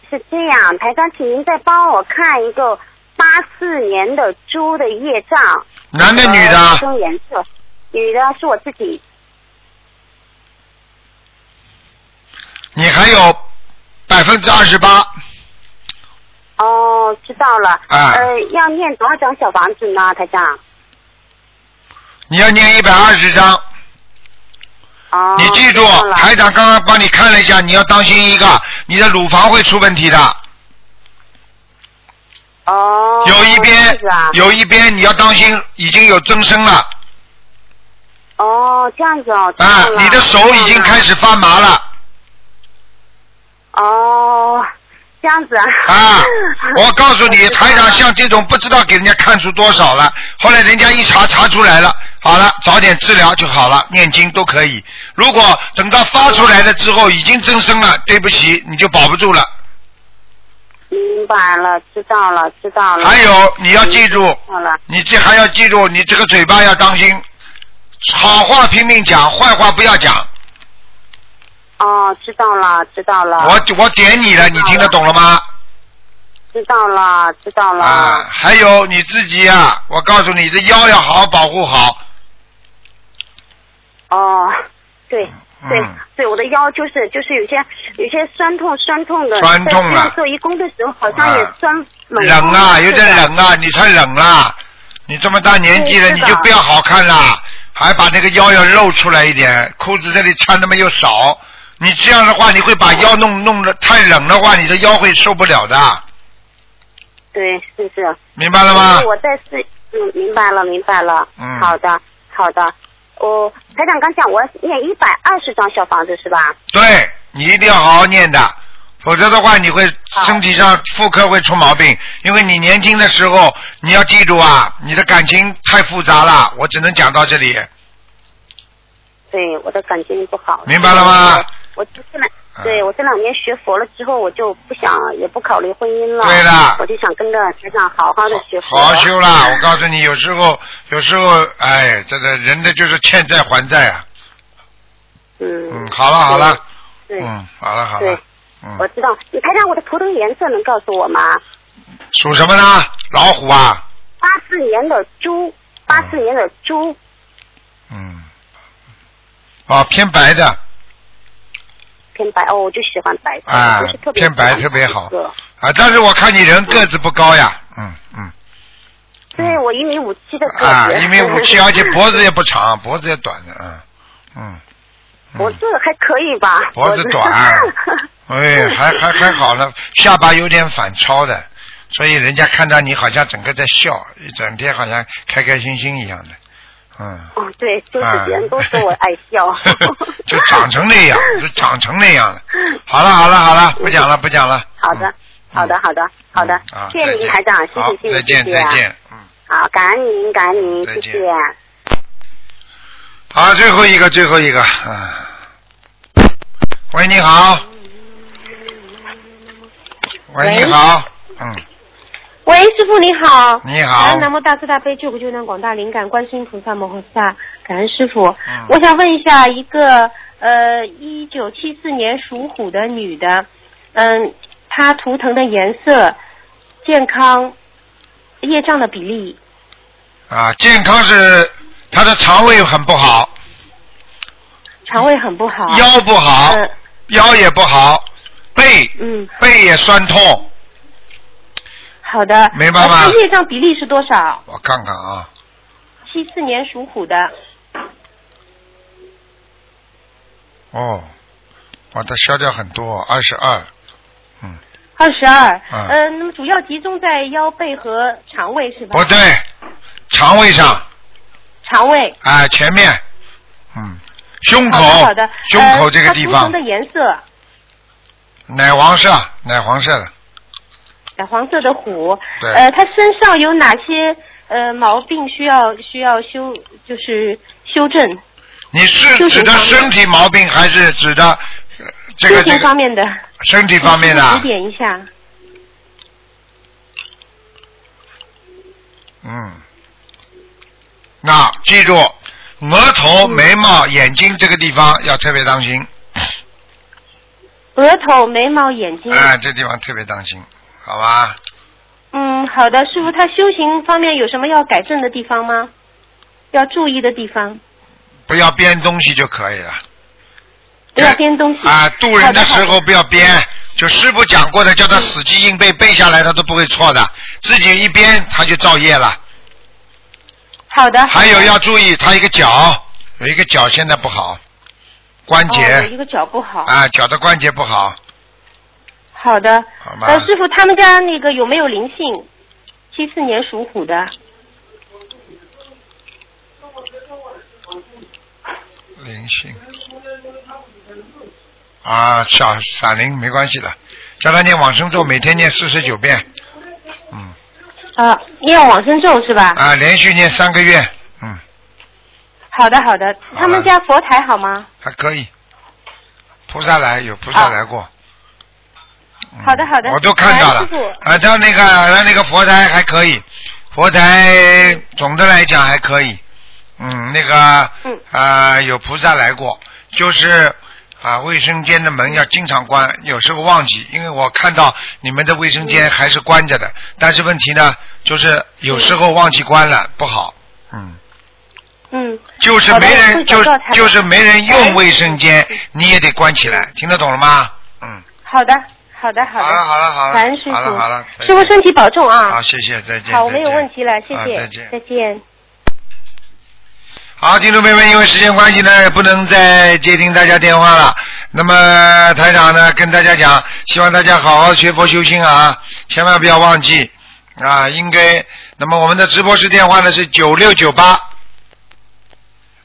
Speaker 10: 是这样，台长，请您再帮我看一个八四年的猪的业障。
Speaker 1: 男的女的
Speaker 10: 呃什么颜色？女的是我自己。
Speaker 1: 你还有百分之二十八，
Speaker 10: 哦，知道了。
Speaker 1: 啊
Speaker 10: 呃，要念多少张小房子呢，台长？
Speaker 1: 你要念一百二十章。
Speaker 10: 哦。
Speaker 1: 你记住
Speaker 10: 知道，了
Speaker 1: 台长刚刚帮你看了一下，你要当心一个，你的乳房会出问题的，
Speaker 10: 哦。
Speaker 1: 有一
Speaker 10: 这样
Speaker 1: 边
Speaker 10: 子啊。
Speaker 1: 有一边你要当心已经有增生了
Speaker 10: 哦，这样子哦。知道
Speaker 1: 啊，
Speaker 10: 了
Speaker 1: 你的手已经开。始发麻了。
Speaker 10: 哦，这样子啊。！
Speaker 1: 啊我告诉 你，
Speaker 10: 知道
Speaker 1: 台长
Speaker 10: 了
Speaker 1: 像这种不知道给人家看出多少了，后来人家一查查出来了，好了，早点治疗就好了，念经都可以。如果等到发出来了之后已经增生了，对不起，你就保不住了。
Speaker 10: 明白了，知道了，知道了。
Speaker 1: 还有你要记住，
Speaker 10: 好了，
Speaker 1: 你这还要记住，你这个嘴巴要当心，好话拼命讲，坏话不要讲。
Speaker 10: 哦，知道了，知道了，
Speaker 1: 我我点你了，你听得懂了吗？
Speaker 10: 知道了，知道了。
Speaker 1: 啊，还有你自己呀、啊，我告诉你，这腰要好好保护好。
Speaker 10: 哦，对。对
Speaker 1: 嗯。
Speaker 10: 对，我的腰就是就是有些有些酸痛酸痛的，
Speaker 1: 酸痛了
Speaker 10: 在这样做义工的时候好像也
Speaker 1: 啊
Speaker 10: 酸冷
Speaker 1: 冷啊，
Speaker 10: 似的
Speaker 1: 有点。冷啊，你太冷了，你这么大年纪了，
Speaker 10: 嗯是
Speaker 1: 你
Speaker 10: 的
Speaker 1: 就不要好看了，还把那个腰要露出来一点，裤子这里穿他妈又少，你这样的话，你会把腰弄弄得太冷的话，你的腰会受不了的，
Speaker 10: 对，是是。
Speaker 1: 明白了吗
Speaker 10: 因为？我在试，嗯，明白了，明白了。
Speaker 1: 嗯
Speaker 10: 好的，好的。我台长刚讲，我要念一百二十张小房子是吧？
Speaker 1: 对，你一定要好好念的，否则的话，你会
Speaker 10: 好
Speaker 1: 身体上妇科会出毛病，因为你年轻的时候，你要记住啊，你的感情太复杂了，我只能讲到这里，
Speaker 10: 对，我的感情不好。
Speaker 1: 明白了吗？
Speaker 10: 我这两，
Speaker 1: 啊
Speaker 10: 对我这两年学佛了之后，我就不想，也不考虑婚姻了。
Speaker 1: 对了
Speaker 10: 我就想跟着台长好好的学佛。
Speaker 1: 好好修啦！我告诉你，有时候，有时候，哎，这个人的就是欠债还债啊。
Speaker 10: 嗯
Speaker 1: 嗯，好了好了，
Speaker 10: 对，
Speaker 1: 嗯，好了好
Speaker 10: 对
Speaker 1: 了，
Speaker 10: 我
Speaker 1: 嗯，
Speaker 10: 知道。你台长，我的图腾颜色能告诉我吗？
Speaker 1: 属什么呢？老虎啊，
Speaker 10: 八四年的猪，八四年的猪，
Speaker 1: 嗯，哦，偏白的，
Speaker 10: 偏白哦，我就喜欢白色，
Speaker 1: 啊
Speaker 10: 不是特别
Speaker 1: 偏白
Speaker 10: 喜欢
Speaker 1: 特别好
Speaker 10: 白色
Speaker 1: 啊，但是我看你人个子不高呀，嗯嗯，
Speaker 10: 对我一米五七的个子，
Speaker 1: 啊，一米五七，而且脖 子也不长，脖子也短的，嗯嗯，
Speaker 10: 脖
Speaker 1: 嗯，
Speaker 10: 子还可以吧？
Speaker 1: 脖子短啊 哎，还还还好呢，下巴有点反超的，所以人家看到你好像整个在笑，一整天好像开开心心一样的，嗯。
Speaker 10: 哦，对，就是
Speaker 1: 啊，
Speaker 10: 别人都说我爱笑
Speaker 1: 啊 就长成那样，就长成那样了。好了好了好了，不讲了不讲了。
Speaker 10: 好的
Speaker 1: 嗯，
Speaker 10: 好的，好的，好的
Speaker 1: 嗯啊，
Speaker 10: 谢谢
Speaker 1: 再
Speaker 10: 您，
Speaker 1: 见
Speaker 10: 台长，谢
Speaker 1: 好
Speaker 10: 谢，谢谢，
Speaker 1: 再见
Speaker 10: 谢谢
Speaker 1: 再
Speaker 10: 啊，
Speaker 1: 见，嗯。
Speaker 10: 好，感恩您，感恩您，
Speaker 1: 再
Speaker 10: 谢
Speaker 1: 见
Speaker 10: 谢。
Speaker 1: 好，最后一个最后一个，嗯。喂，你好。喂，你好，嗯，
Speaker 11: 喂，师傅你好。
Speaker 1: 你
Speaker 11: 感
Speaker 1: 好
Speaker 11: 恩。南无大慈大悲救苦救难广大灵感观世音菩萨摩诃萨，感恩师傅。
Speaker 1: 嗯
Speaker 11: 我想问一下，一个呃，一九七四年属虎的女的，嗯，她图腾的颜色、健康、业障的比例，
Speaker 1: 啊，健康是他的肠胃很不好，
Speaker 11: 肠胃很不好。
Speaker 1: 腰不好，
Speaker 11: 哦嗯
Speaker 1: 腰也不好，背
Speaker 11: 嗯，
Speaker 1: 背也酸痛。
Speaker 11: 好的。
Speaker 1: 明白吗
Speaker 11: 呃她业障比例是多少？
Speaker 1: 我看看啊，
Speaker 11: 七四年属虎的，
Speaker 1: 哦，把它消掉很多，二十二，嗯，
Speaker 11: 二十二。
Speaker 1: 嗯
Speaker 11: 嗯，那么主要集中在腰背和肠胃是吧？
Speaker 1: 哦不对，肠胃上，
Speaker 11: 肠胃。
Speaker 1: 啊，前面，嗯，胸口
Speaker 11: 好哦的好的，，
Speaker 1: 哦胸口这个地
Speaker 11: 呃、它
Speaker 1: 方
Speaker 11: 图腾，的颜色，
Speaker 1: 奶黄色，奶黄色的，
Speaker 11: 呃黄色的虎。
Speaker 1: 对
Speaker 11: 呃，它身上有哪些呃毛病需要需要修，就是修正？
Speaker 1: 你是
Speaker 11: 胸
Speaker 1: 指的
Speaker 11: 前方面
Speaker 1: 身体毛病还是指的呃这个
Speaker 11: 心
Speaker 1: 这
Speaker 11: 情
Speaker 1: 个
Speaker 11: 方面的，
Speaker 1: 身体方面
Speaker 11: 请
Speaker 1: 的啊
Speaker 11: 指？点一下。
Speaker 1: 嗯，那记住，
Speaker 11: 嗯
Speaker 1: 额头、眉毛、眼睛这个地方要特别当心。
Speaker 11: 额头、眉毛、眼睛。
Speaker 1: 哎，这地方特别当心，好吧？
Speaker 11: 嗯，好的，师傅，他修行方面有什么要改正的地方吗？要注意的地方，
Speaker 1: 不要编东西就可以了。
Speaker 11: 不要编东西。
Speaker 1: 啊，渡人的时候不要编，就师傅讲过的，叫他死记硬背，背下来他都不会错的。自己一编他就造业了。
Speaker 11: 好的。
Speaker 1: 还有要注意，他一个脚有一个脚现在不好，关
Speaker 11: 哦有一
Speaker 1: 节、
Speaker 11: 个脚不好。
Speaker 1: 啊，脚的关节不好，
Speaker 11: 好的。
Speaker 1: 好吗？
Speaker 11: 呃，师傅，他们家那个有没有灵性？七四年属虎的，
Speaker 1: 啊灵性啊，小闪灵没关系的，叫他念往生咒，每天念四十九遍
Speaker 11: 啊、念往生咒是吧？
Speaker 1: 啊，连续念三个月
Speaker 11: 好的，好的。他们家佛台好吗？
Speaker 1: 还可以。菩萨来有菩萨来过，
Speaker 11: 好的，好的。
Speaker 1: 嗯我都看到了
Speaker 11: 哎师傅，
Speaker 1: 啊，他那个他那个佛台还可以，佛台总的来讲还可以，嗯，那个啊、有菩萨来过，就是啊卫生间的门要经常关，有时候忘记，因为我看到你们的卫生间还是关着
Speaker 11: 嗯
Speaker 1: 的，但是问题呢，就是有时候忘记关了不好，嗯。
Speaker 11: 嗯，
Speaker 1: 就是
Speaker 11: 好的
Speaker 1: 没
Speaker 11: 我会
Speaker 1: 人，就
Speaker 11: 找到他的
Speaker 1: 就是没人
Speaker 11: 哎
Speaker 1: 用卫生间，你也得关起来，听得懂了吗？嗯，
Speaker 11: 好的，好的，好的。
Speaker 1: 好了好了好了
Speaker 11: 嗯感恩师傅。
Speaker 1: 好了好了再见
Speaker 11: 师傅身体保重啊。
Speaker 1: 好，谢谢，再见。
Speaker 11: 好，
Speaker 1: 再
Speaker 11: 我没有
Speaker 1: 见
Speaker 11: 问题了，谢
Speaker 1: 啊
Speaker 11: 谢。
Speaker 1: 再见
Speaker 11: 再见。
Speaker 1: 好，听众朋友们，因为时间关系呢，也不能再接听大家电话了。那么台长呢，跟大家讲，希望大家好好学佛修心啊，千万不要忘记啊。应该，那么我们的直播室电话呢是九六九八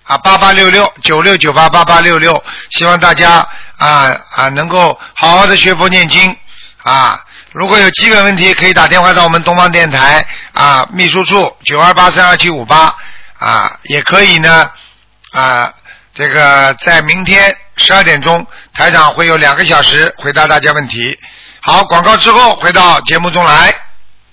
Speaker 1: 啊八八六六九六九八八八六六，希望大家啊啊能够好好的学佛念经啊。如果有基本问题，可以打电话到我们东方电台啊秘书处九二八三二七五八。啊，也可以呢，啊，这个在明天十二点钟，台长会有两个小时回答大家问题。好，广告之后回到节目中来。